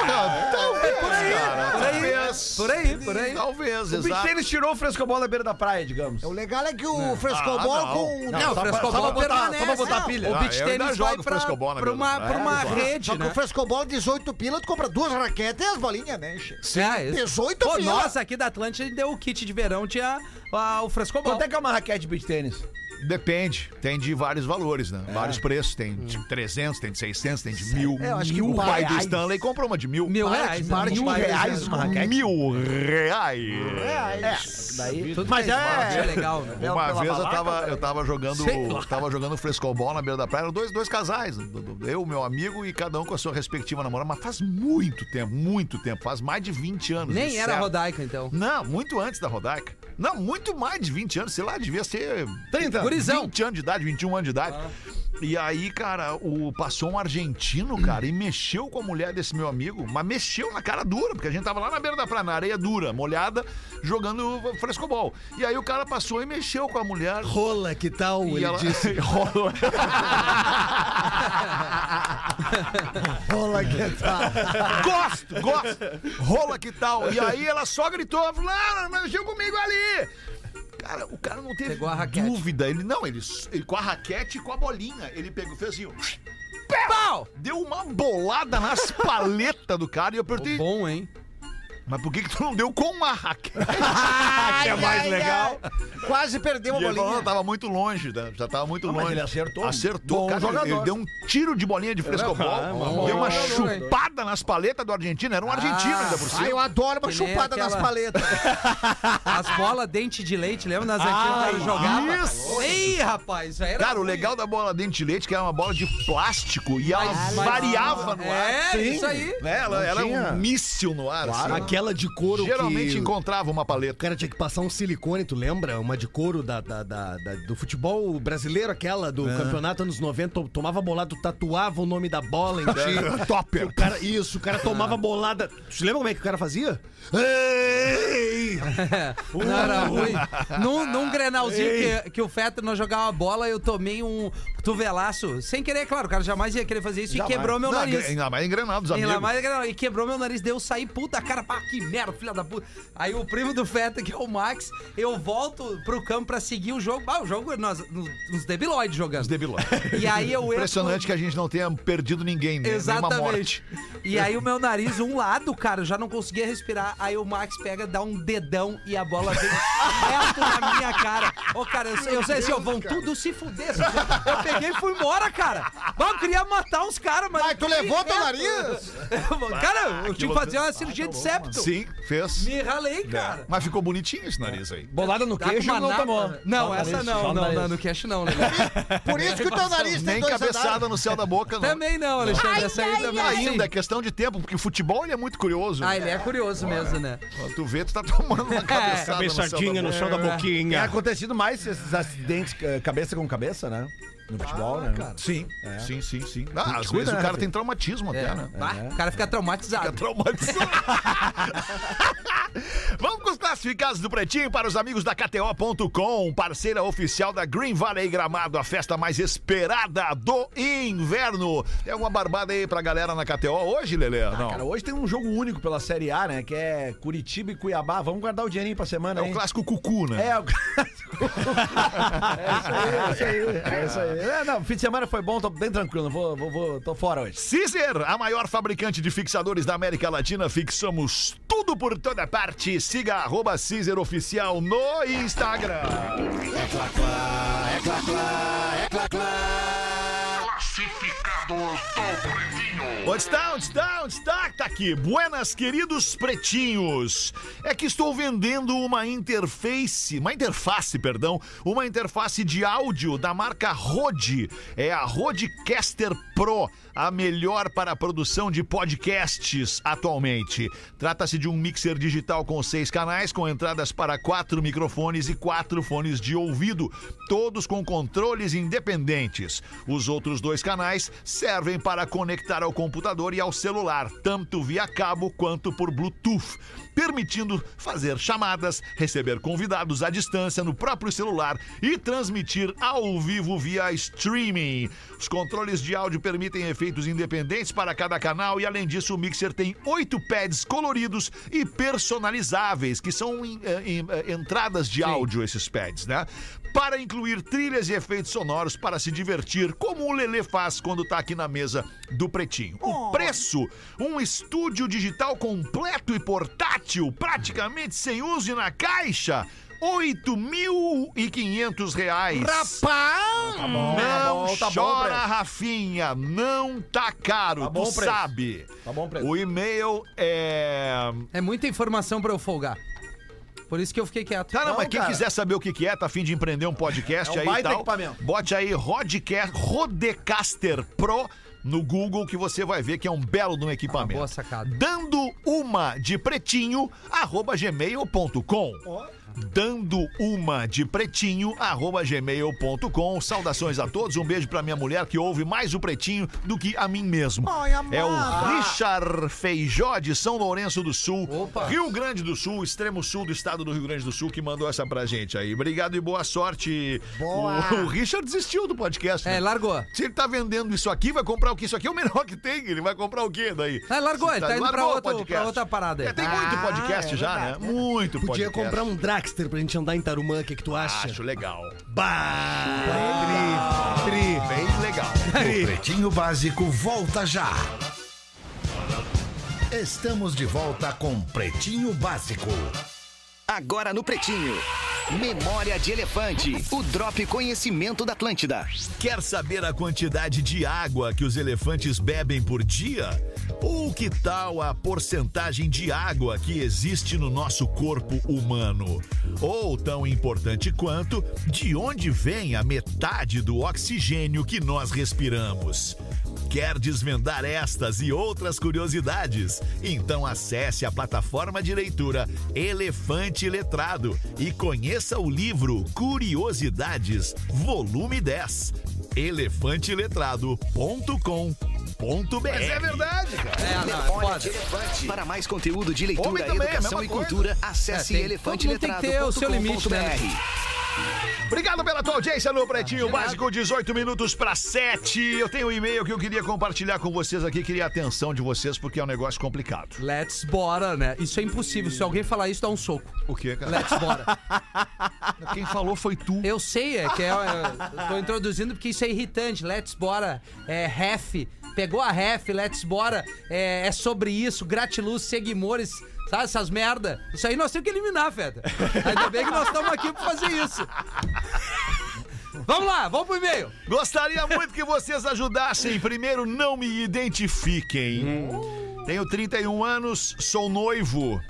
Não, Talvez, cara. Por aí, Talvez. por aí, por Então, aí. Talvez, O Beach exato. Tênis tirou o frescobol da beira da praia, digamos. O legal é que o frescobol Ah, não. com... Não, o frescobol só pra botar- permanece. só pra botar Não, pilha. O Ah, beach eu ainda tênis vai jogo pra, frescobol na pra uma, beira do pra uma mar. rede, Só que o né? frescobol, 18 pila, tu compra duas raquetas e as bolinhas, né? che? É, isso. 18 Pô, pila. Nossa, aqui da Atlântida ele deu o kit de verão, tinha ah, o frescobol. Quanto é que é uma raquete de beach tênis? Depende. Tem de vários valores, né? Vários preços. Tem de 300, tem de 600, tem de mil. eu acho que mil. O pai do reais. Stanley comprou uma de mil. Mil Para reais, de- Para né? de Mil reais. reais uma uma raquete. Mil reais. Reais. Daí... Tudo Mas bem, é- é legal, né? Uma pela vez eu balaca, tava, eu tava jogando Sei lá. tava jogando frescobol na beira da praia. Eram dois, dois casais. do- do- Eu, meu amigo e cada um com a sua respectiva namorada. Mas faz muito tempo, muito tempo. Faz mais de 20 anos. Nem isso, era certo? rodaica, então. Não, muito antes da Rodaica. Não, muito mais de 20 anos, sei lá, devia ser 30. Gurizão. 20 anos de idade, 21 anos de idade. E aí, cara, o, passou um argentino, cara, e mexeu com a mulher desse meu amigo, mas mexeu na cara dura, porque a gente tava lá na beira da praia, na areia dura, molhada, jogando frescobol. E aí o cara passou e mexeu com a mulher. Rola, que tal? E ele ela- disse. Rola. Rola, que tal? gosto, gosto. Rola que tal. E aí ela só gritou, falou, não, não mexeu comigo ali. Cara, o cara não teve Pegou a raquete. dúvida. Ele não, ele, ele com a raquete e com a bolinha. Ele pegou, fez assim, ó, Pau! deu uma bolada nas paletas do cara e eu perdi. Bom, hein? Mas por que, que tu não deu com uma raquete? que é mais legal. Quase perdeu a E ele falou, bolinha. "Não, tava muito longe, né? já tava muito Ah, mas longe. ele acertou. Acertou, Bom cara. jogador. Ele deu um tiro de bolinha de frescobol, Ah, bom deu uma jogador, hein? chupada nas paletas do argentino. Era um argentino ainda por Ah, cima. eu adoro uma Que nem chupada é aquela- nas paletas. As bolas dente de leite, lembra? Nas Ai, antigas jogava. isso. Ei, rapaz, isso aí era Ah, Cara, o ruim. legal da bola dente de leite é que era uma bola de plástico e ela Mas- mas- variava no É, ar. isso aí. Né? Ela era um míssil no ar. Ah, assim. Aquela de couro Geralmente que o encontrava uma paleta. cara tinha que passar um silicone, tu lembra? Uma de couro da, da- da- da- do futebol brasileiro, aquela É. do campeonato anos 90, tu tomava bolada, tu tatuava o nome da bola em É, ti. Topper. O cara, isso, o cara tomava bolada. Tu lembra como é que o cara fazia? Ei! Não era ruim. Num, num grenalzinho que, que o Fetter não jogava a bola, eu tomei um cotovelaço. Sem querer, claro, o cara jamais ia querer fazer isso e quebrou meu Não, é nariz. Ainda mais engrenado, os E, amigos. lá mais, não, e quebrou meu nariz, deu eu saí, puta cara, pá, que merda, filha da puta. Aí o primo do Feta, que é o Max, eu volto pro campo pra seguir o jogo. Ah, o jogo, nós, no- uns debilóides jogando. Os debilóides. E aí eu entro- Impressionante que a gente não tenha perdido ninguém, né? Nenhuma morte. Exatamente. E aí o meu nariz, um lado, cara, eu já não conseguia respirar. Aí o Max pega, dá um dedão e a bola vem reto na minha cara. Ô, cara, eu, sei- eu sei assim, ó, vão tudo se fuder. seus- Eu peguei e fui embora, cara. Bah, eu queria matar uns caras, mas... Mas tu levou teu nariz? Cara, eu tinha que fazer uma cirurgia de septo. Sim, fez. Me ralei, cara. Mas ficou bonitinho esse nariz aí. Bolada no Dá com queixo uma não nata- tomou. Não, Só essa nariz, não, só não, nariz. não, no queixo não, né? Lelê. Por isso que o teu nariz tem Nem dois cabeçada no céu da boca, não. Também não, Alexandre. essa aí também. Ainda é questão de tempo, porque futebol ele é muito curioso. Ah, ele é curioso mesmo, né? Tu vê, tu tá tomando uma cabeçada Cabeçadinha no no céu céu da da boca. É Tem boquinha. acontecido mais esses acidentes eh, cabeça com cabeça, né? No futebol, né? boca. Sim, É. sim, sim, sim. Ah, às cuida, vezes o né, cara filho? tem traumatismo É. até, né? Bah, O cara fica traumatizado. Traumatizado. Vamos com os classificados do Pretinho para os amigos da KTO.com, parceira oficial da Green Valley Gramado, a festa mais esperada do inverno. Tem alguma barbada aí pra galera na KTO hoje, Lelê? Ah, Não. Cara, hoje tem um jogo único pela Série A, né? Que é Curitiba e Cuiabá. Vamos guardar o dinheirinho pra semana, É o hein? clássico cucu, né? É, o clássico. é isso aí, é isso aí. É isso aí. É, não, fim de semana foi bom, tô bem tranquilo. não Vou, vou, vou, tô fora hoje. Cizer, a maior fabricante de fixadores da América Latina, fixamos tudo por toda parte. Siga arroba Cizer Oficial no Instagram. Onde está, onde está, onde está? Tá aqui. Buenas, queridos pretinhos. É que estou vendendo uma interface, uma interface, perdão, uma interface de áudio da marca Rode. É a Rodecaster Pro, a melhor para a produção de podcasts atualmente. Trata-se de um mixer digital com seis canais, com entradas para quatro microfones e quatro fones de ouvido, todos com controles independentes. Os outros dois canais servem para conectar ao computador e ao celular, tanto via cabo quanto por Bluetooth, permitindo fazer chamadas, receber convidados à distância no próprio celular e transmitir ao vivo via streaming. Os controles de áudio permitem efeitos independentes para cada canal e, além disso, o mixer tem oito pads coloridos e personalizáveis, que são em- eh, em- em- entradas de áudio, esses pads, né? Para incluir trilhas e efeitos sonoros para se divertir, como o Lelê faz quando tá aqui na mesa do Pretinho. O preço: um estúdio digital completo e portátil, praticamente sem uso e na caixa. R$ 8.500 reais. Rapaz! Não tá bom, tá bom, chora, preço. Rafinha. Não tá caro. bom tu o preço. sabe. Tá bom, preço. O e-mail é. É muita informação pra eu folgar. Por isso que eu fiquei quieto. Tá, não, Não, mas quem cara. quiser saber o que, que é, tá afim de empreender um podcast É um aí e baita tal, equipamento. bote aí Rodcast, Rodecaster Pro no Google que você vai ver que é um belo Tá de um equipamento. boa sacada. Dando uma de pretinho, arroba gmail.com. Dando uma de pretinho, arroba gmail.com. Saudações a todos, um beijo pra minha mulher que ouve mais o pretinho do que a mim mesmo. Ai, amada. é o Richard Feijó de São Lourenço do Sul, Opa. Rio Grande do Sul, extremo sul do estado do Rio Grande do Sul, que mandou essa pra gente aí. Obrigado e boa sorte. Boa. O, o Richard desistiu do podcast. É, né? largou. Se ele tá vendendo isso aqui, vai comprar o que? Isso aqui é o melhor que tem. Ele vai comprar o quê daí? Ah, largou, ele tá indo pra, largou o outro, podcast. pra outra parada aí. É, tem muito Ah, podcast é já, verdade, né? Muito Podia podcast. comprar um Draxter pra gente andar em Tarumã, o que, que tu acha? Acho legal. Bah! Bem legal. Pretinho Básico volta já. Estamos de volta com Pretinho Básico. Agora no Pretinho. Memória de Elefante, o Drop Conhecimento da Atlântida. Quer saber a quantidade de água que os elefantes bebem por dia? Ou que tal a porcentagem de água que existe no nosso corpo humano? Ou, tão importante quanto, de onde vem a metade do oxigênio que nós respiramos? Quer desvendar estas e outras curiosidades? Então acesse a plataforma de leitura Elefante Letrado e conheça o livro Curiosidades, volume 10. elefanteletrado.com.br Mas é verdade, cara. Memória de Elefante. Para mais conteúdo de leitura, Homem também, é a educação mesma e coisa. cultura, acesse É, tem- todo mundo tem que ter o seu limite, elefanteletrado.com.br. né? Obrigado pela tua audiência no Pretinho Básico, 18 minutos para 7. Eu tenho um e-mail que eu queria compartilhar com vocês aqui, queria a atenção de vocês porque é um negócio complicado. Let's bora, né? Isso é impossível. Se alguém falar isso, dá um soco. O quê, cara? Let's bora. Quem falou foi tu. Eu sei, é que é, eu tô introduzindo porque isso é irritante. Let's bora. É ref. Pegou a ref, let's bora. É, é sobre isso. Gratiluz, Seguimores. Sabe essas merda? Isso aí nós temos que eliminar, Feta. Ainda bem que nós estamos aqui pra fazer isso. Vamos lá, vamos pro e-mail. Gostaria muito que vocês ajudassem. Primeiro, não me identifiquem. Tenho 31 anos, sou noivo.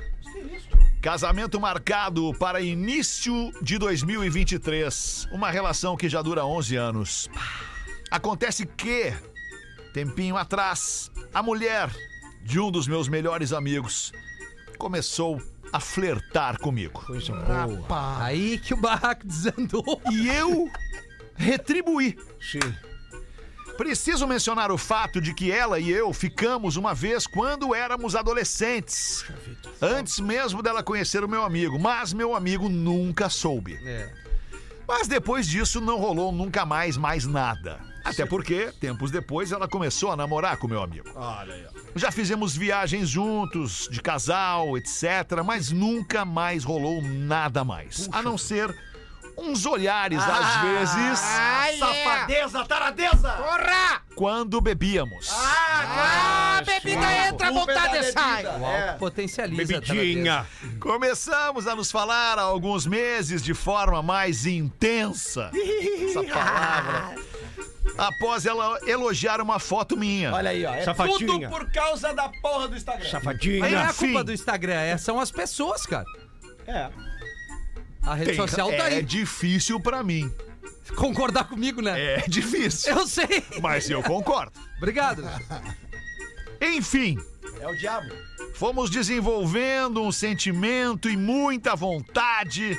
Casamento marcado para início de 2023. Uma relação que já dura 11 anos. Acontece que, tempinho atrás, a mulher de um dos meus melhores amigos começou a flertar comigo. Coisa Ah. boa. Aí que o barraco desandou. E eu retribuí. Preciso mencionar o fato de que ela e eu ficamos uma vez quando éramos adolescentes. Antes mesmo dela conhecer o meu amigo, mas meu amigo nunca soube. Mas depois disso não rolou nunca mais mais nada. Até porque, tempos depois, ela começou a namorar com meu amigo. Já fizemos viagens juntos, de casal, etc. Mas nunca mais rolou nada mais. A não ser uns olhares, Ah, às vezes. Safadeza, taradeza! Porra! Quando bebíamos. Ah, bebida entra, a é vontade sai. Uau, potencializa. a Bebidinha. Começamos a nos falar há alguns meses de forma mais intensa. Essa Ah. palavra. Após ela elogiar uma foto minha. Olha aí, ó. É tudo por causa da porra do Instagram. Safadinha. Aí não é a Enfim. culpa do Instagram, é- são as pessoas, cara. É. A rede Tem- social é tá aí. difícil pra mim. Concordar comigo, né? É difícil. Eu sei. Mas eu concordo. Obrigado. Enfim, É o diabo. fomos desenvolvendo um sentimento e muita vontade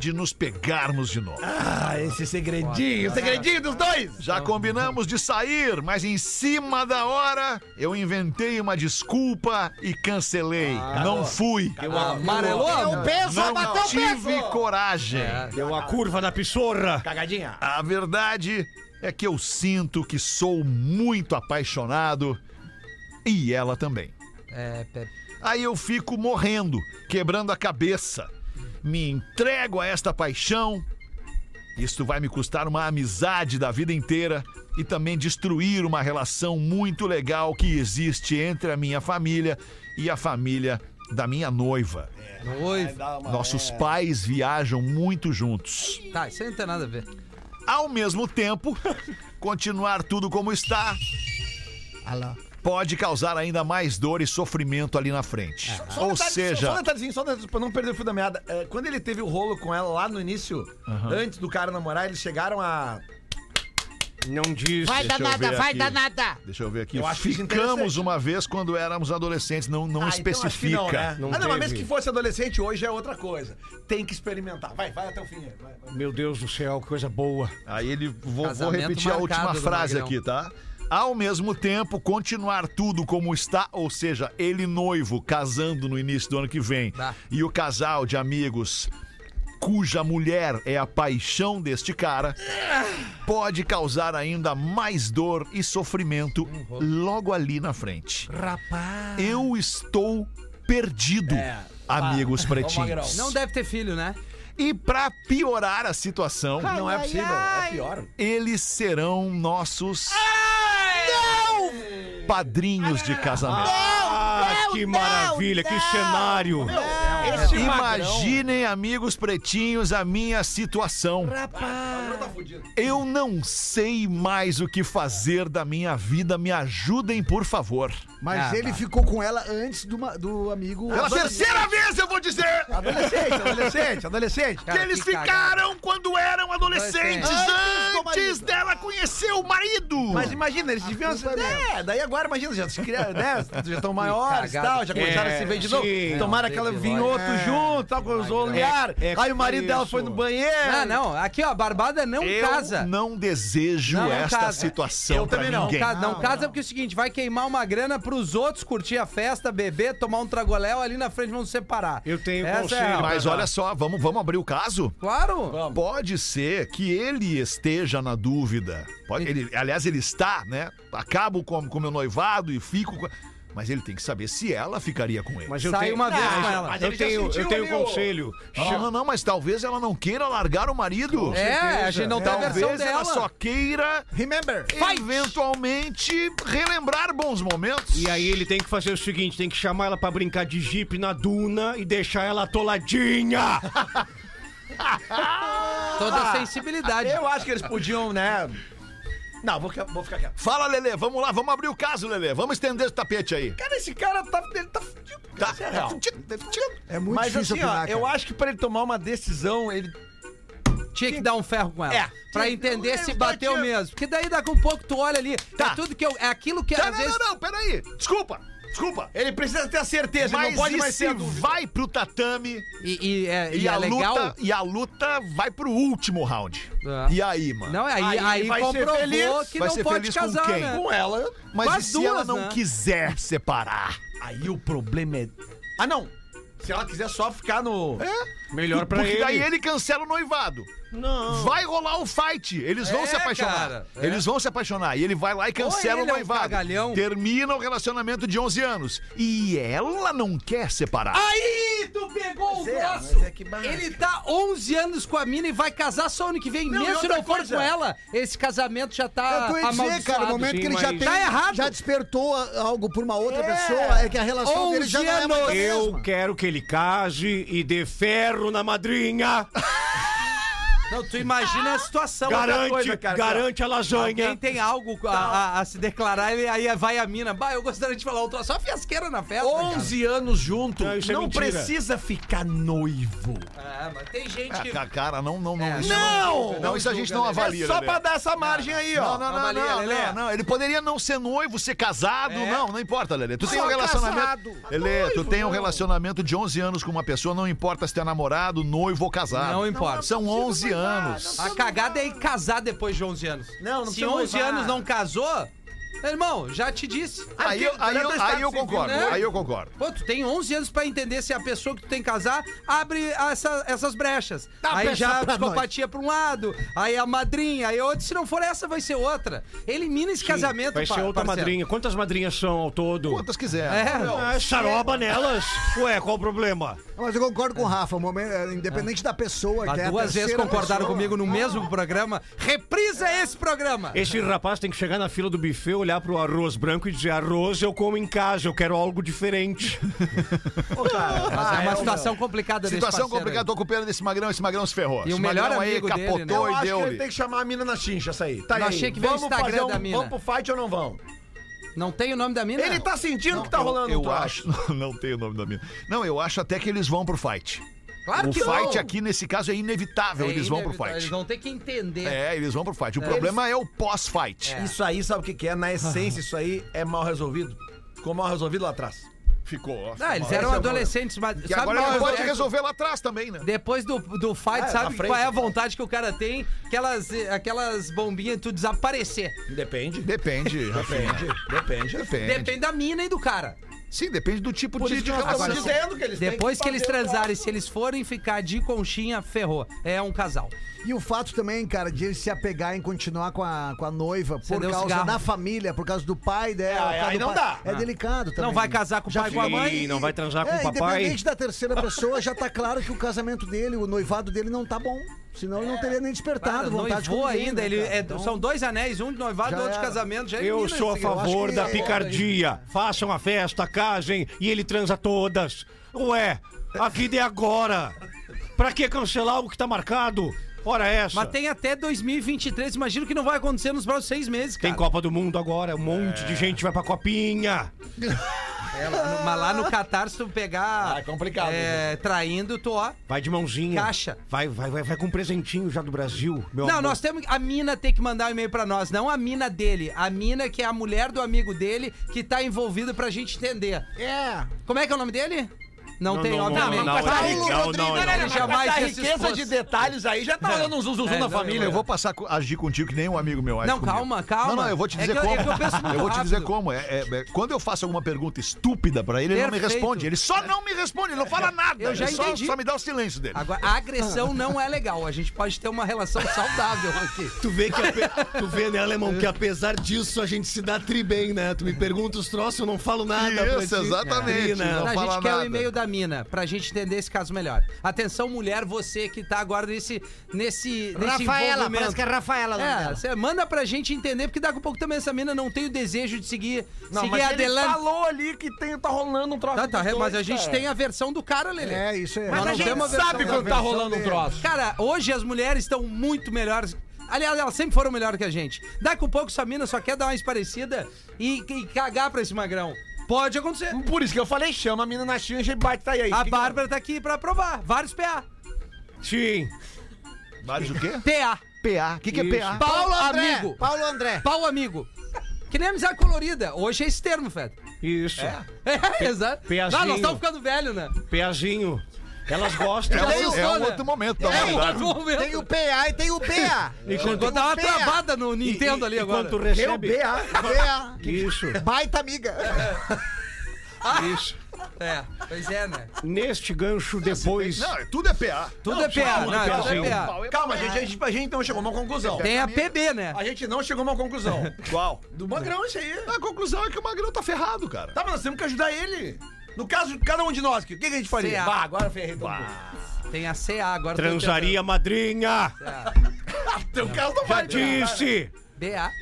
de nos pegarmos de novo. Ah, esse segredinho, o segredinho dos dois. Já combinamos de sair, mas em cima da hora eu inventei uma desculpa e cancelei. Ah, não fui. Deu a- Amarelou? É Não, Deu o peso, bateu o tive peso. coragem. Deu a curva da pissorra. Cagadinha. A verdade é que eu sinto que sou muito apaixonado e ela também. É, Pepe. Aí eu fico morrendo, quebrando a cabeça. Me entrego a esta paixão. Isto vai me custar uma amizade da vida inteira e também destruir uma relação muito legal que existe entre a minha família e a família da minha noiva. Noivo. Nossos pais viajam muito juntos. Tá, isso aí não tem nada a ver. Ao mesmo tempo, continuar tudo como está pode causar ainda mais dor e sofrimento ali na frente. Só um Ou detalhe, seja, Só um detalhezinho, só um detalhe, pra não perder o fio da meada. É, Quando ele teve o rolo com ela lá no início, antes do cara namorar, eles chegaram a. Não diz. Vai Deixa eu danada, ver vai aqui. danada! Deixa eu ver aqui. Eu acho isso Ficamos interessante. uma vez quando éramos adolescentes, não, não Ah, então acho que especifica. não, né? Não ah, não, mas teve. mesmo que fosse adolescente, hoje é outra coisa. Tem que experimentar. Vai, vai até o fim. Vai, vai. Meu Deus do céu, que coisa boa. Aí ele vou, vou Casamento repetir a última marcado do frase Magrão. aqui, tá? Ao mesmo tempo, continuar tudo como está, ou seja, ele noivo, casando no início do ano que vem, Tá. e o casal de amigos cuja mulher é a paixão deste cara, pode causar ainda mais dor e sofrimento logo ali na frente. Rapaz! Eu estou perdido, É, amigos pretinhos. Não deve ter filho, né? E pra piorar a situação, Não é possível, é pior. eles serão nossos padrinhos de casamento. Ah, que maravilha, que cenário. É Esse Imaginem, amigos pretinhos, a minha situação. Eu não sei mais o que fazer da minha vida. Me ajudem, por favor. Mas ele ficou com ela antes do, ma- do amigo. Pela terceira vez eu vou dizer! Adolescente, adolescente, adolescente. que eles ficaram quando eram adolescentes, Antes do antes marido. dela conhecer o marido. Mas imagina, eles deviam. É, daí agora, imagina, já se criaram, né? Já estão maiores e cagada. tal, já começaram a se ver de novo. sim. Tomaram Não, aquela teve vinhoto lógica. junto, tal, com os olhar. É, é Aí o marido dela isso. foi no banheiro. Ah, não. Aqui, ó, barbada não É. eu casa. não desejo Não, não esta casa. situação Eu pra também não. ninguém. Ca- não, casa porque é o seguinte, vai queimar uma grana pros outros curtir a festa, beber, tomar um tragoléu ali na frente vão se separar. Eu tenho Essa conselho, é a- Mas olha só, vamos, vamos abrir o caso? Claro. Pode ser que ele esteja na dúvida. Pode- ele- aliás, ele está, né? Acabo com o meu noivado e fico com. Mas ele tem que saber se ela ficaria com ele. Mas Sai uma vez com ela. Mas eu tenho, eu tenho conselho. Não, não, não, mas talvez ela não queira largar o marido. É, a gente não tem a Talvez versão ela dela. só queira Remember. eventualmente relembrar bons momentos. E aí ele tem que fazer o seguinte, tem que chamar ela pra brincar de jipe na duna e deixar ela atoladinha. Toda a sensibilidade. Eu acho que eles podiam, né? Não, vou, ficar- vou ficar quieto. Fala, Lelê, vamos lá, vamos abrir o caso, Lelê. Vamos estender esse tapete aí. Cara, esse cara tá. Ele tá fudido. Tá. Isso é real. É muito Mas difícil assim, ó, opinar, cara. eu acho que pra ele tomar uma decisão, ele. Tinha que dar um ferro com ela. É. Pra Tinha- entender eu- se eu bateu tinha- mesmo. Porque daí daqui um pouco tu olha ali. Tá. É tudo que eu. É aquilo que Não, às não, vezes. não, não, peraí. Desculpa, desculpa. Ele precisa ter a certeza, ele não pode e mais se ser a dúvida. vai pro tatame E, e é, e, e é a legal. luta, e a luta vai pro último round. Ah. E aí, mano? Não, aí, Aí aí, vai ser comprovou feliz. que Vai não ser pode é feliz com casar, quem? né? Com ela. Mas com e as se duas, ela não né? quiser separar? Aí o problema é. Ah, não! Se ela quiser só ficar no. Melhor pra É? Porque ele. daí ele cancela o noivado. Não. Vai rolar o fight. Eles vão É, se apaixonar. cara, é. Eles vão se apaixonar. E ele vai lá e cancela ele o é um noivado. cagalhão. Termina o relacionamento de 11 anos. E ela não quer separar. Aí tu pegou o é, grosso. Ele tá 11 anos com a mina e vai casar só ano que vem. Não, e Mesmo se outra não for coisa. com ela, esse casamento já tá Eu tô ia dizer, cara, amaldiçoado. o momento sim, que ele já mas- tem. Tá errado. Já despertou a- algo por uma outra pessoa, é que a relação dele já não é mais a Onze mesma. Eu quero que ele case e dê ferro na madrinha. Não, tu imagina a situação. garante, coisa, cara. garante a Quem lasanha. tem algo Tá. a, a- a se declarar, ele- aí vai a mina. Bah, eu gostaria de falar outra. Só fiasqueira na festa. cara. 11 anos junto, Não, não, isso é mentira. precisa ficar noivo. Ah, mas tem gente que. Ah, Cara, não, não, não. É, isso não! Não, isso a gente não avalia. é só Lelê. pra dar essa margem aí, Não, ó. não, Não não, avalia, não, Lelê. não, não. Ele poderia não ser noivo, ser casado, É. Tá não, não importa, Lelê. Tu tem um Só relacionamento. casado. Lelê, tu tem um relacionamento de 11 anos com uma pessoa, não importa se tu é namorado, noivo ou casado. Não importa. São 11 anos. A cagada é ir casar depois de 11 anos. Não, não Se precisa 11 noivar. anos não casou, irmão, já te disse. Aí, eu- aí, eu- aí eu concordo, né? aí eu concordo. Pô, tu tem 11 anos pra entender se a pessoa que tu tem que casar abre essa- essas brechas. aí já a psicopatia pra um lado, aí a madrinha, aí outra. Se não for essa, vai ser outra. Elimina esse casamento, Vai ser par- outra parceiro. madrinha. Quantas madrinhas são ao todo? Quantas quiser. É. Ah, saroba nelas. Ué, qual o problema? Mas eu concordo com o Rafa, o momento, é, independente da pessoa, que é Mas a duas vezes terceira concordaram pessoa. comigo no mesmo programa. Reprisa esse programa. Esse rapaz tem que chegar na fila do buffet, olhar pro arroz branco e dizer: arroz eu como em casa, eu quero algo diferente. Ah, Mas é uma situação complicada desse Situação parceiro aí. complicada, tô com pena desse magrão, esse magrão se ferrou. E o esse melhor magrão aí amigo dele, capotou né? Eu e acho que deu ele tem que chamar a mina na chincha, essa aí. Tá Eu aí. achei que veio o Instagram fazer um da mina. Vamos pro fight ou não vão? Não tem o nome da mina? Ele tá sentindo que tá rolando um Eu troço. acho. Não tem o nome da mina. Não, eu acho até que eles vão pro fight. Claro o que fight não. aqui, nesse caso, é inevitável. É eles vão pro inevitável, fight. Eles vão ter que entender. É, eles vão pro fight. O problema é o pós-fight. É. Isso aí, sabe o que, que é? Na essência, isso aí é mal resolvido. Ficou mal resolvido lá atrás. Ficou. Ah, eles eram adolescentes, mas. é E agora qual ele é- pode resolver lá atrás também, né? Depois do, do fight, Ah, sabe na frente, qual é a né? vontade que o cara tem? Aquelas, aquelas bombinhas de tu desaparecer. Depende. Depende, Rafinha. Depende. Depende. Depende. Depende da mina e do cara. Sim, depende do tipo Por de, isso de que nós estamos relação. assim. dizendo que eles têm Depois que eles fazer o transarem, troço. se eles forem ficar de conchinha, ferrou. É um casal. E o fato também, cara, de ele se apegar em continuar com a, com a noiva por Acendeu o causa cigarro. da família, por causa do pai É, dela. por causa aí do não pai. dá. É delicado também. Não vai casar com o pai e com a mãe. Sim, não vai transar com é, o papai. Independente da terceira pessoa, já tá claro que o casamento dele, o noivado dele não tá bom. Senão ele não teria nem Tá, despertado Cara, vontade de noivou comer, ainda, né, ele cara? é- Então- são dois anéis, um de noivado e Já outro de era. casamento. Já é assim, Eu sou assim, a favor é da picardia. Façam a festa, casem e ele transa todas. Ué, a vida é agora. Pra que cancelar o que tá marcado? Ora essa. Mas tem até 2023, imagino que não vai acontecer nos próximos seis meses, cara. Tem Copa do Mundo agora, um monte É. de gente vai pra copinha. É, lá no- mas lá no Catar, se tu pegar. Ah, é complicado. né? traindo, tu ó. Vai de mãozinha. Caixa. Vai, vai, vai, vai com um presentinho já do Brasil, meu não, amor. nós temos. A mina tem que mandar um e-mail pra nós, não a mina dele. A mina que é a mulher do amigo dele que tá envolvida pra gente entender. É. Como é que é o nome dele? Não, tem, não, obviamente. não, não, não, Paulo não, não, Rodrigues, não, não. ele Mas jamais essa ia se riqueza expor. de detalhes aí já tá rolando um zuzuzu na família. Eu vou passar a agir contigo que nem um amigo meu. age Não, comigo. calma, calma. Não, não, eu vou te É dizer que eu- como. é que eu penso muito vou te dizer rápido. como. É, é- é- quando eu faço alguma pergunta estúpida pra ele, ele não me Perfeito. responde. Ele só não me responde, ele não fala nada. Eu já ele só, entendi. só me dá o silêncio dele. Agora, a agressão não é legal. A gente pode ter uma relação saudável aqui. Tu vê, que ape- tu vê, né, alemão, que apesar disso a gente se dá tri bem, né? Tu me pergunta os troços, eu não falo nada. pra ti. É, Tri, né? a gente quer o e-mail da mina pra gente entender esse caso melhor. Atenção, mulher, você que tá agora nesse. nesse, nesse Rafaela, envolvimento. parece que é Rafaela o nome É, dela. você manda pra gente entender, porque daqui a pouco também essa mina não tem o desejo de seguir, Não, seguir mas ele adelante. falou ali que tem, tá rolando um troço. Tá, tá, dos dois, mas a gente cara. tem a versão do cara, Lelê. É, isso aí. Nós Mas a não gente temos sabe versão- quando tá a versão rolando um dele. troço. Cara, hoje as mulheres estão muito melhores. Aliás, elas sempre foram melhores que a gente. Daqui a pouco essa mina só quer dar uma esparecida e, e cagar pra esse magrão. Pode acontecer. Por isso que eu falei, chama a mina na China e bate, tá aí. A Bárbara tá aqui pra provar. Vários PA. Sim. Vários o quê? PA. PA. O que, que é PA? Paulo André. Amigo. Paulo André. Pau amigo. Que nem amizade colorida. Hoje é esse termo, Fed. Isso. É, exato. peazinho. Não, nós estamos ficando velhos, né? Peazinho. Elas gostam. É, Tem um- o é um Sônia. outro momento da É um humanidade. outro momento. Tem o PA e tem o BA. É. E quando- Vou dar uma PA. travada no Nintendo ali agora. Enquanto recebe. BA. Isso. Baita amiga. Isso. É, pois é, né? Neste gancho, depois. Não, tudo é PA. Tudo é PA, tudo não, tudo PA. é PA. Calma, gente, a gente, a gente não chegou a uma conclusão. Tem a PB, né? A gente não chegou a uma conclusão. Qual? Do Magrão, isso aí. A conclusão é que o Magrão tá ferrado, cara. Tá, mas nós temos que ajudar ele. No caso, cada um de nós, o que, que a gente faria? Sei lá. Bah, agora ferrei todo mundo. Tem a CA agora. tô É, Transaria madrinha. Teu caso não Já vai. disse. tentando. BA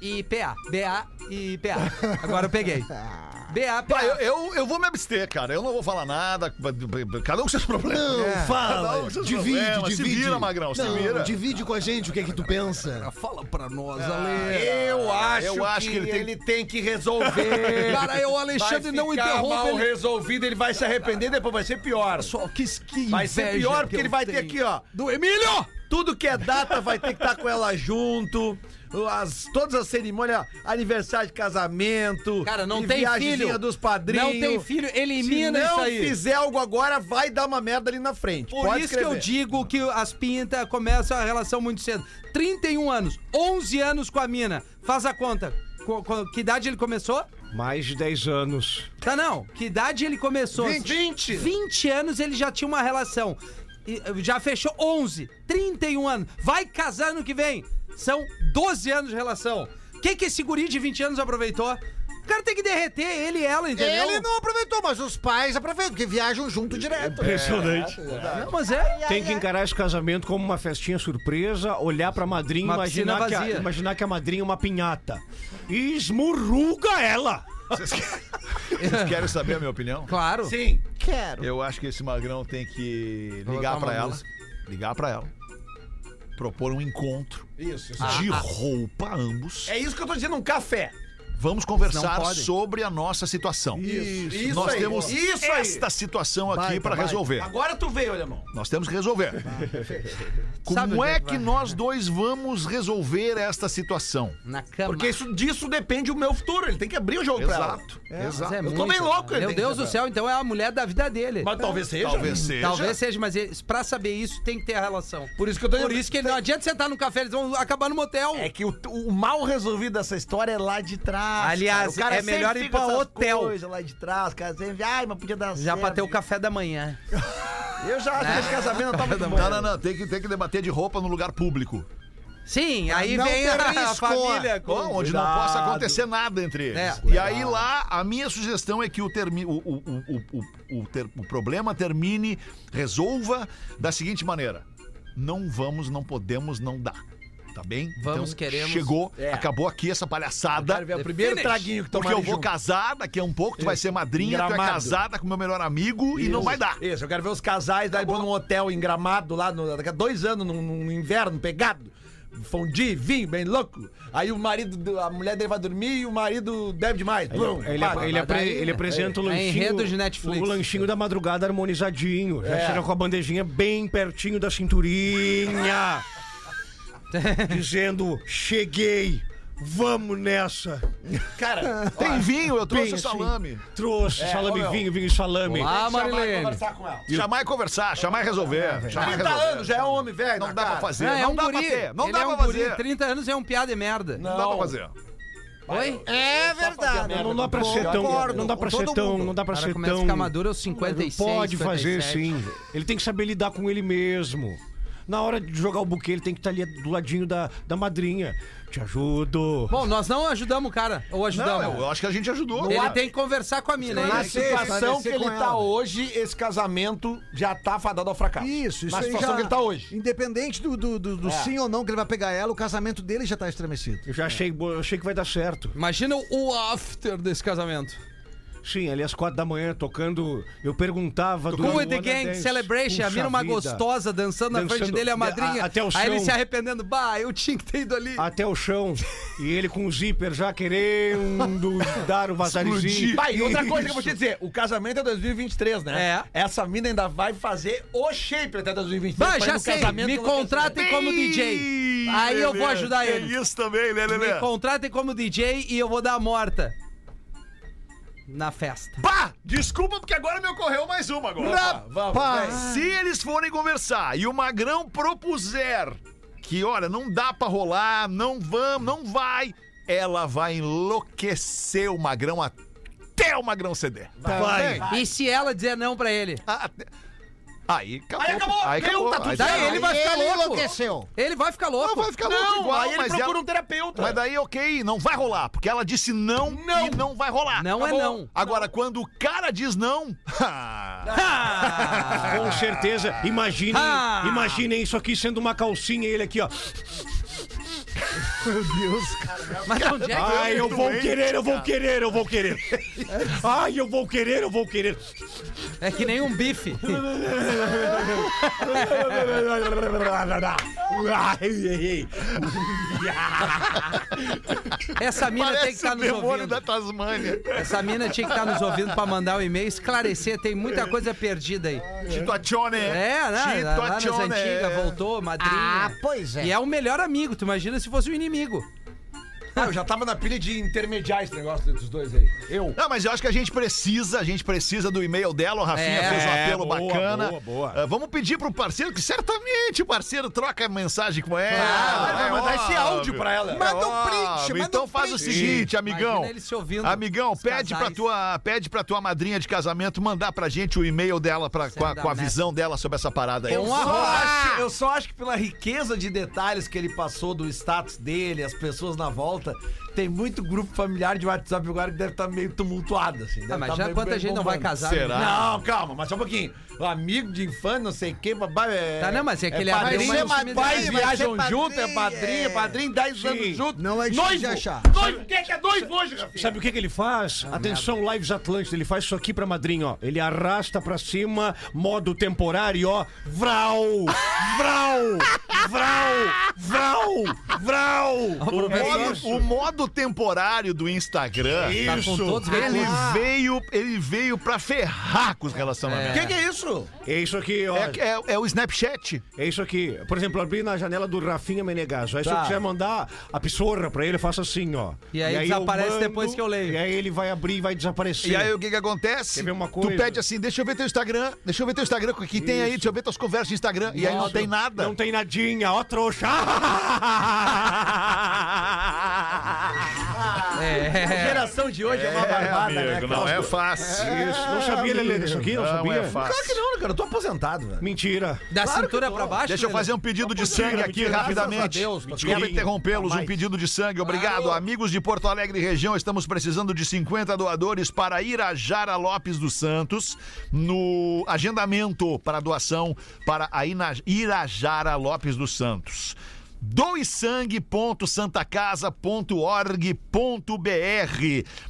e PA. BA e PA. Agora eu peguei. BA, Ah, eu, PA. eu, eu vou me abster, cara. Eu não vou falar nada. Cada um com seus problemas. Não, Cada um fala. com seus divide, problemas. divide. Se vira, Magrão, se Não, vira. Divide com a gente o que é que tu pensa. Fala pra nós, Ale. Eu acho, Eu acho que ele tem- que resolver. Cara, eu, Alexandre, vai não ficar interrompa mal ele. resolvido, ele vai se arrepender, depois vai ser pior. Só que skin. Vai ser pior porque ele vai ter aqui, ó. Do Emílio! Tudo que é data vai ter que estar com ela junto. As, todas as cerimônias, aniversário de casamento. Cara, não e tem viagemzinha filho. dos padrinhos. Não tem filho, Se elimina não isso aí. fizer algo agora, vai dar uma merda ali na frente. Por Pode isso que escrever. eu digo que as pintas começam a relação muito cedo. 31 anos, 11 anos com a mina. Faz a conta. Co- co- que idade ele começou? Mais de 10 anos. Tá, não. Que idade ele começou? 20. 20 anos ele já tinha uma relação. E, eh, já fechou 11. 31 anos. Vai casar ano que vem. São 12 anos de relação. O que, que esse guri de 20 anos aproveitou? O cara tem que derreter ele e ela, entendeu? Ele não aproveitou, mas os pais aproveitam, porque viajam junto direto. Impressionante. Não, mas é. Tem que encarar esse casamento como uma festinha surpresa, olhar pra madrinha e Uma piscina imaginar que, a, vazia. imaginar que a madrinha é uma pinhata. E esmurruga ela! Vocês querem, vocês querem saber a minha opinião? Claro. Sim. Quero. Eu acho que esse magrão tem que Colocar ligar uma pra ela. música. Ligar pra ela. Propor um encontro Isso, isso. de roupa ambos. É isso que eu tô dizendo, um café. Vamos Não conversar podem. sobre a nossa situação. Isso, isso Nós aí. temos Isso aí. esta situação aqui Baita, pra baita. resolver. Agora tu veio, alemão. Nós temos que resolver. Sabe Como onde é é que que vai? nós dois vamos resolver esta situação? Na cama. Porque isso, disso depende o meu futuro. Ele tem que abrir o jogo pra ela. Exato. Mas Exato. é Eu tô muito, bem cara. louco, Meu Edinho, Deus do cara. céu, então é a mulher da vida dele. Mas talvez seja. Talvez um seja. Talvez seja, mas eles- pra saber isso tem que ter a relação. Por isso que eu tô Por isso que não adianta sentar num café, eles vão acabar no motel. É que o, o mal resolvido dessa história é lá de trás. Aliás, cara. O cara é melhor sempre ir pra fica essas hotel. coisas lá de trás, o cara sempre, ai, mas podia dar Já certo. pra ter o café da manhã. Eu já acho que esse casamento não tá muito bom. Não, não, não. Tem que, tem que debater de roupa no lugar público. Sim, aí não vem ter a, a risco. família. Com... Bom, onde não cuidado. possa acontecer nada entre eles. É, e aí lá, a minha sugestão é que o, termi o, o, o, o, o, ter- o problema termine, resolva da seguinte maneira. não vamos, não podemos, não dá. Tá bem? Vamos, queremos. Chegou, É. acabou aqui essa palhaçada. ver o The primeiro um finish. traguinho que Porque eu tomarem vou junto. casar daqui a um pouco, tu vai Isso. ser madrinha, tu é Gramado. casada com meu melhor amigo e não Isso, vai dar. Tá Isso, eu quero ver os casais daí num hotel em Gramado lá, no, daqui a dois anos, num, num inverno pegado. Fondi, vinho, bem louco. Aí o marido, do- a mulher dele vai dormir e o marido deve demais. Ele, Blum, ele- é pá, ele pá, apre- daí- ele apresenta o É lanchinho. enredo de Netflix. O lanchinho da madrugada harmonizadinho. Já É. chega com a bandejinha bem pertinho da cinturinha. dizendo: cheguei, vamos nessa. Cara, Tem vinho, eu trouxe Bem assim, salame. Trouxe É, salame, ô, meu. vinho, vinho e salame. Chamar e conversar com ela. Chamar e conversar, chamar e resolver. Chamar e 30 resolver. É, anos, já é homem velho. Não dá pra fazer, Não, é não um dá pra guri. ter, não Ele dá é pra um fazer. Guri. 30 anos é um piada e merda. Não dá pra fazer. Oi? É verdade. Não dá pra ser tão. não dá pra ser tão. Não dá pra Cara, ser começa a tão. ficar maduro aos 56, Pode fazer 57. sim. Ele tem que saber lidar com ele mesmo. Na hora de jogar o buquê, ele tem que estar ali do ladinho da, da madrinha. Te ajudo. Bom, nós não ajudamos o cara. Ou ajudamos. Não, eu acho que a gente ajudou, Ele cara. tem que conversar com a mina. Na é isso? situação que ele tá hoje, esse casamento já tá fadado ao fracasso. Isso, isso Na aí situação já- que ele tá hoje. Independente do, do, do- do É. sim ou não que ele vai pegar ela, o casamento dele já tá estremecido. Eu já achei, bo- achei que vai dar certo. Imagina o after desse casamento. Sim, ali às quatro da manhã, tocando. Eu perguntava Cool with Luana the Gang Dance. Celebration, a Puxa mina uma vida. gostosa dançando, na frente Dançando dele, é a madrinha. a- até o Aí ele chão. se arrependendo, bah, eu tinha que ter ido ali. Até o chão. E ele com o zíper já querendo dar o vazarizinho. Pai, e outra coisa que eu vou te dizer: o casamento é 2023, né? É. Essa mina ainda vai fazer o shape até 2023. Bah, pra ir já no sei, casamento me enlouquecer. contratem como DJ. Aí eu vou ajudar ele. Isso também, né, Me contratem como DJ e eu vou dar a morta. Na festa. Pá! Desculpa, porque agora me ocorreu mais uma agora. Rapaz. Se eles forem conversar e o Magrão propuser que, olha, não dá pra rolar, não vamos, não vai, ela vai enlouquecer o Magrão até o Magrão ceder. Vai. E se ela dizer não pra ele? Aí acabou. Aí acabou. Aí Deu, acabou. tá tudo Aí certo. acabou. Ele vai ficar Ele louco. enlouqueceu. Ele vai ficar louco. Não, vai ficar louco Não, igual, aí ele mas procura ela- um terapeuta. Mas daí, ok, não vai rolar, porque ela disse não, e não vai rolar. Não é Acabou. não. Agora, quando o cara diz não... Com certeza. Imaginem, Ah! imaginem isso aqui sendo uma calcinha e ele aqui, ó. Meu Deus, cara. Mas onde é que Ai, ele eu vou doente, querer, eu vou cara? querer, eu vou querer. Ai, eu vou querer, eu vou querer. É que nem um bife. Essa mina tem que Parece tá estar o nos demônio ouvindo. da Tasmânia. Essa mina tinha que estar nos ouvindo pra mandar um e-mail, esclarecer, tem muita coisa perdida aí. Tituacione. É, né? Lá nas Tituacione. antigas, é. voltou, madrinha. Ah, pois E é o melhor amigo, tu imagina se fosse o inimigo. Ah, eu já tava na pilha de intermediar esse negócio dos dois aí. Eu. Não, mas eu acho que a gente precisa, a gente precisa do e-mail dela, o Rafinha É, fez um apelo boa, bacana. boa, boa. Ah, vamos pedir pro parceiro, que certamente o parceiro troca mensagem com ela. Ah, Claro, vai Ah, mandar esse áudio óbvio. pra ela. É Manda um óbvio. print, manda Então um faz o print. seguinte, Imagina amigão. ele se ouvindo, amigão, os pede pra, casais. tua, pede pra tua madrinha de casamento mandar pra gente o e-mail dela pra, com, a, dá com a merda. visão dela sobre essa parada aí. Um Eu só, acho, eu só acho que pela riqueza de detalhes que ele passou do status dele, as pessoas na volta, tem muito grupo familiar de WhatsApp agora que deve estar meio tumultuado, assim. deve Ah, mas tá já meio- quanta meio gente não vai bombando. casar, né? Será? Não, calma, mas só um pouquinho. O amigo de infância, não sei o que, babá, é... Tá, não, mas é que ele abriu padrinho, uma mas intimidade. pais Vai ser viajam padrinho, junto, é padrinho, é padrinho, 10 anos junto. Não é difícil de achar. Noivo, quem é que é noivo hoje, Rafinha? Sabe o que, que ele faz? Ah, Atenção, Lives Atlântida, ele faz isso aqui pra madrinha, ó. Ele arrasta pra cima, modo temporário, ó. Vral! Vral! Vral! Vral! Vral! O modo, o modo temporário do Instagram. Isso. Tá com todos Ah, ele recursos. veio, ele veio pra ferrar com os relacionamentos. É. Que que é isso? É isso aqui, ó. É, é- é o Snapchat. É isso aqui. Por exemplo, abri na janela do Rafinha Menegaso. Aí se eu Tá. quiser mandar a pissorra pra ele, eu faço assim, ó. E aí eu desaparece depois que eu leio. E aí ele vai abrir e vai desaparecer. E aí o que que acontece? Quer ver uma Tu coisa? pede assim, deixa eu ver teu Instagram, deixa eu ver teu Instagram, o que tem aí, deixa eu ver tuas conversas de Instagram. E aí não Nossa, tem nada. Não tem nadinha, ó trouxa. É. A geração de hoje é, uma É, barbada, né? amigo, não é fácil. Isso. Não sabia, Lelê, disso aqui? Não Não é sabia? fácil. Ah, Claro que não, cara. Eu tô aposentado, velho. Mentira. Da Claro que cintura tô. pra baixo? Deixa eu Lelê? fazer um pedido de Mentira, sangue aqui mentira. rapidamente. Graças a Deus, Desculpa Pascoal. interrompê-los. Um Jamais. pedido de sangue, obrigado. Amigos de Porto Alegre e região, estamos precisando de 50 doadores para Irajara Lopes dos Santos no agendamento para doação para a Ina- Irajara Lopes dos Santos. doesangue.santacasa.org.br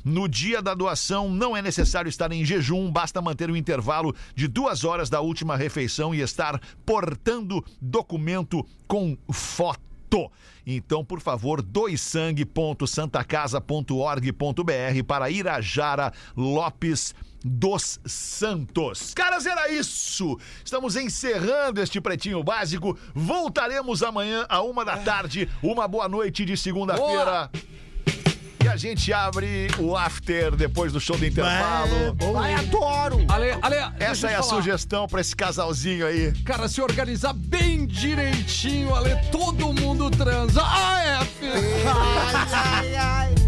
No dia da doação não é necessário estar em jejum, basta manter o intervalo de duas horas da última refeição e estar portando documento com foto. Tô. Então, por favor, doissangue.santacasa.org.br para Irajara Lopes dos Santos. Caras, era isso. Estamos encerrando este Pretinho Básico. Voltaremos amanhã à uma da tarde. Uma boa noite de segunda-feira. E a gente abre o after depois do show do intervalo. Vai, adoro! Ale, Ale, deixa um- Essa eu é a falar. sugestão para esse casalzinho aí. Cara, se organizar bem direitinho, Ale, todo mundo transa. Ah, é, filho. Ai, ai, ai.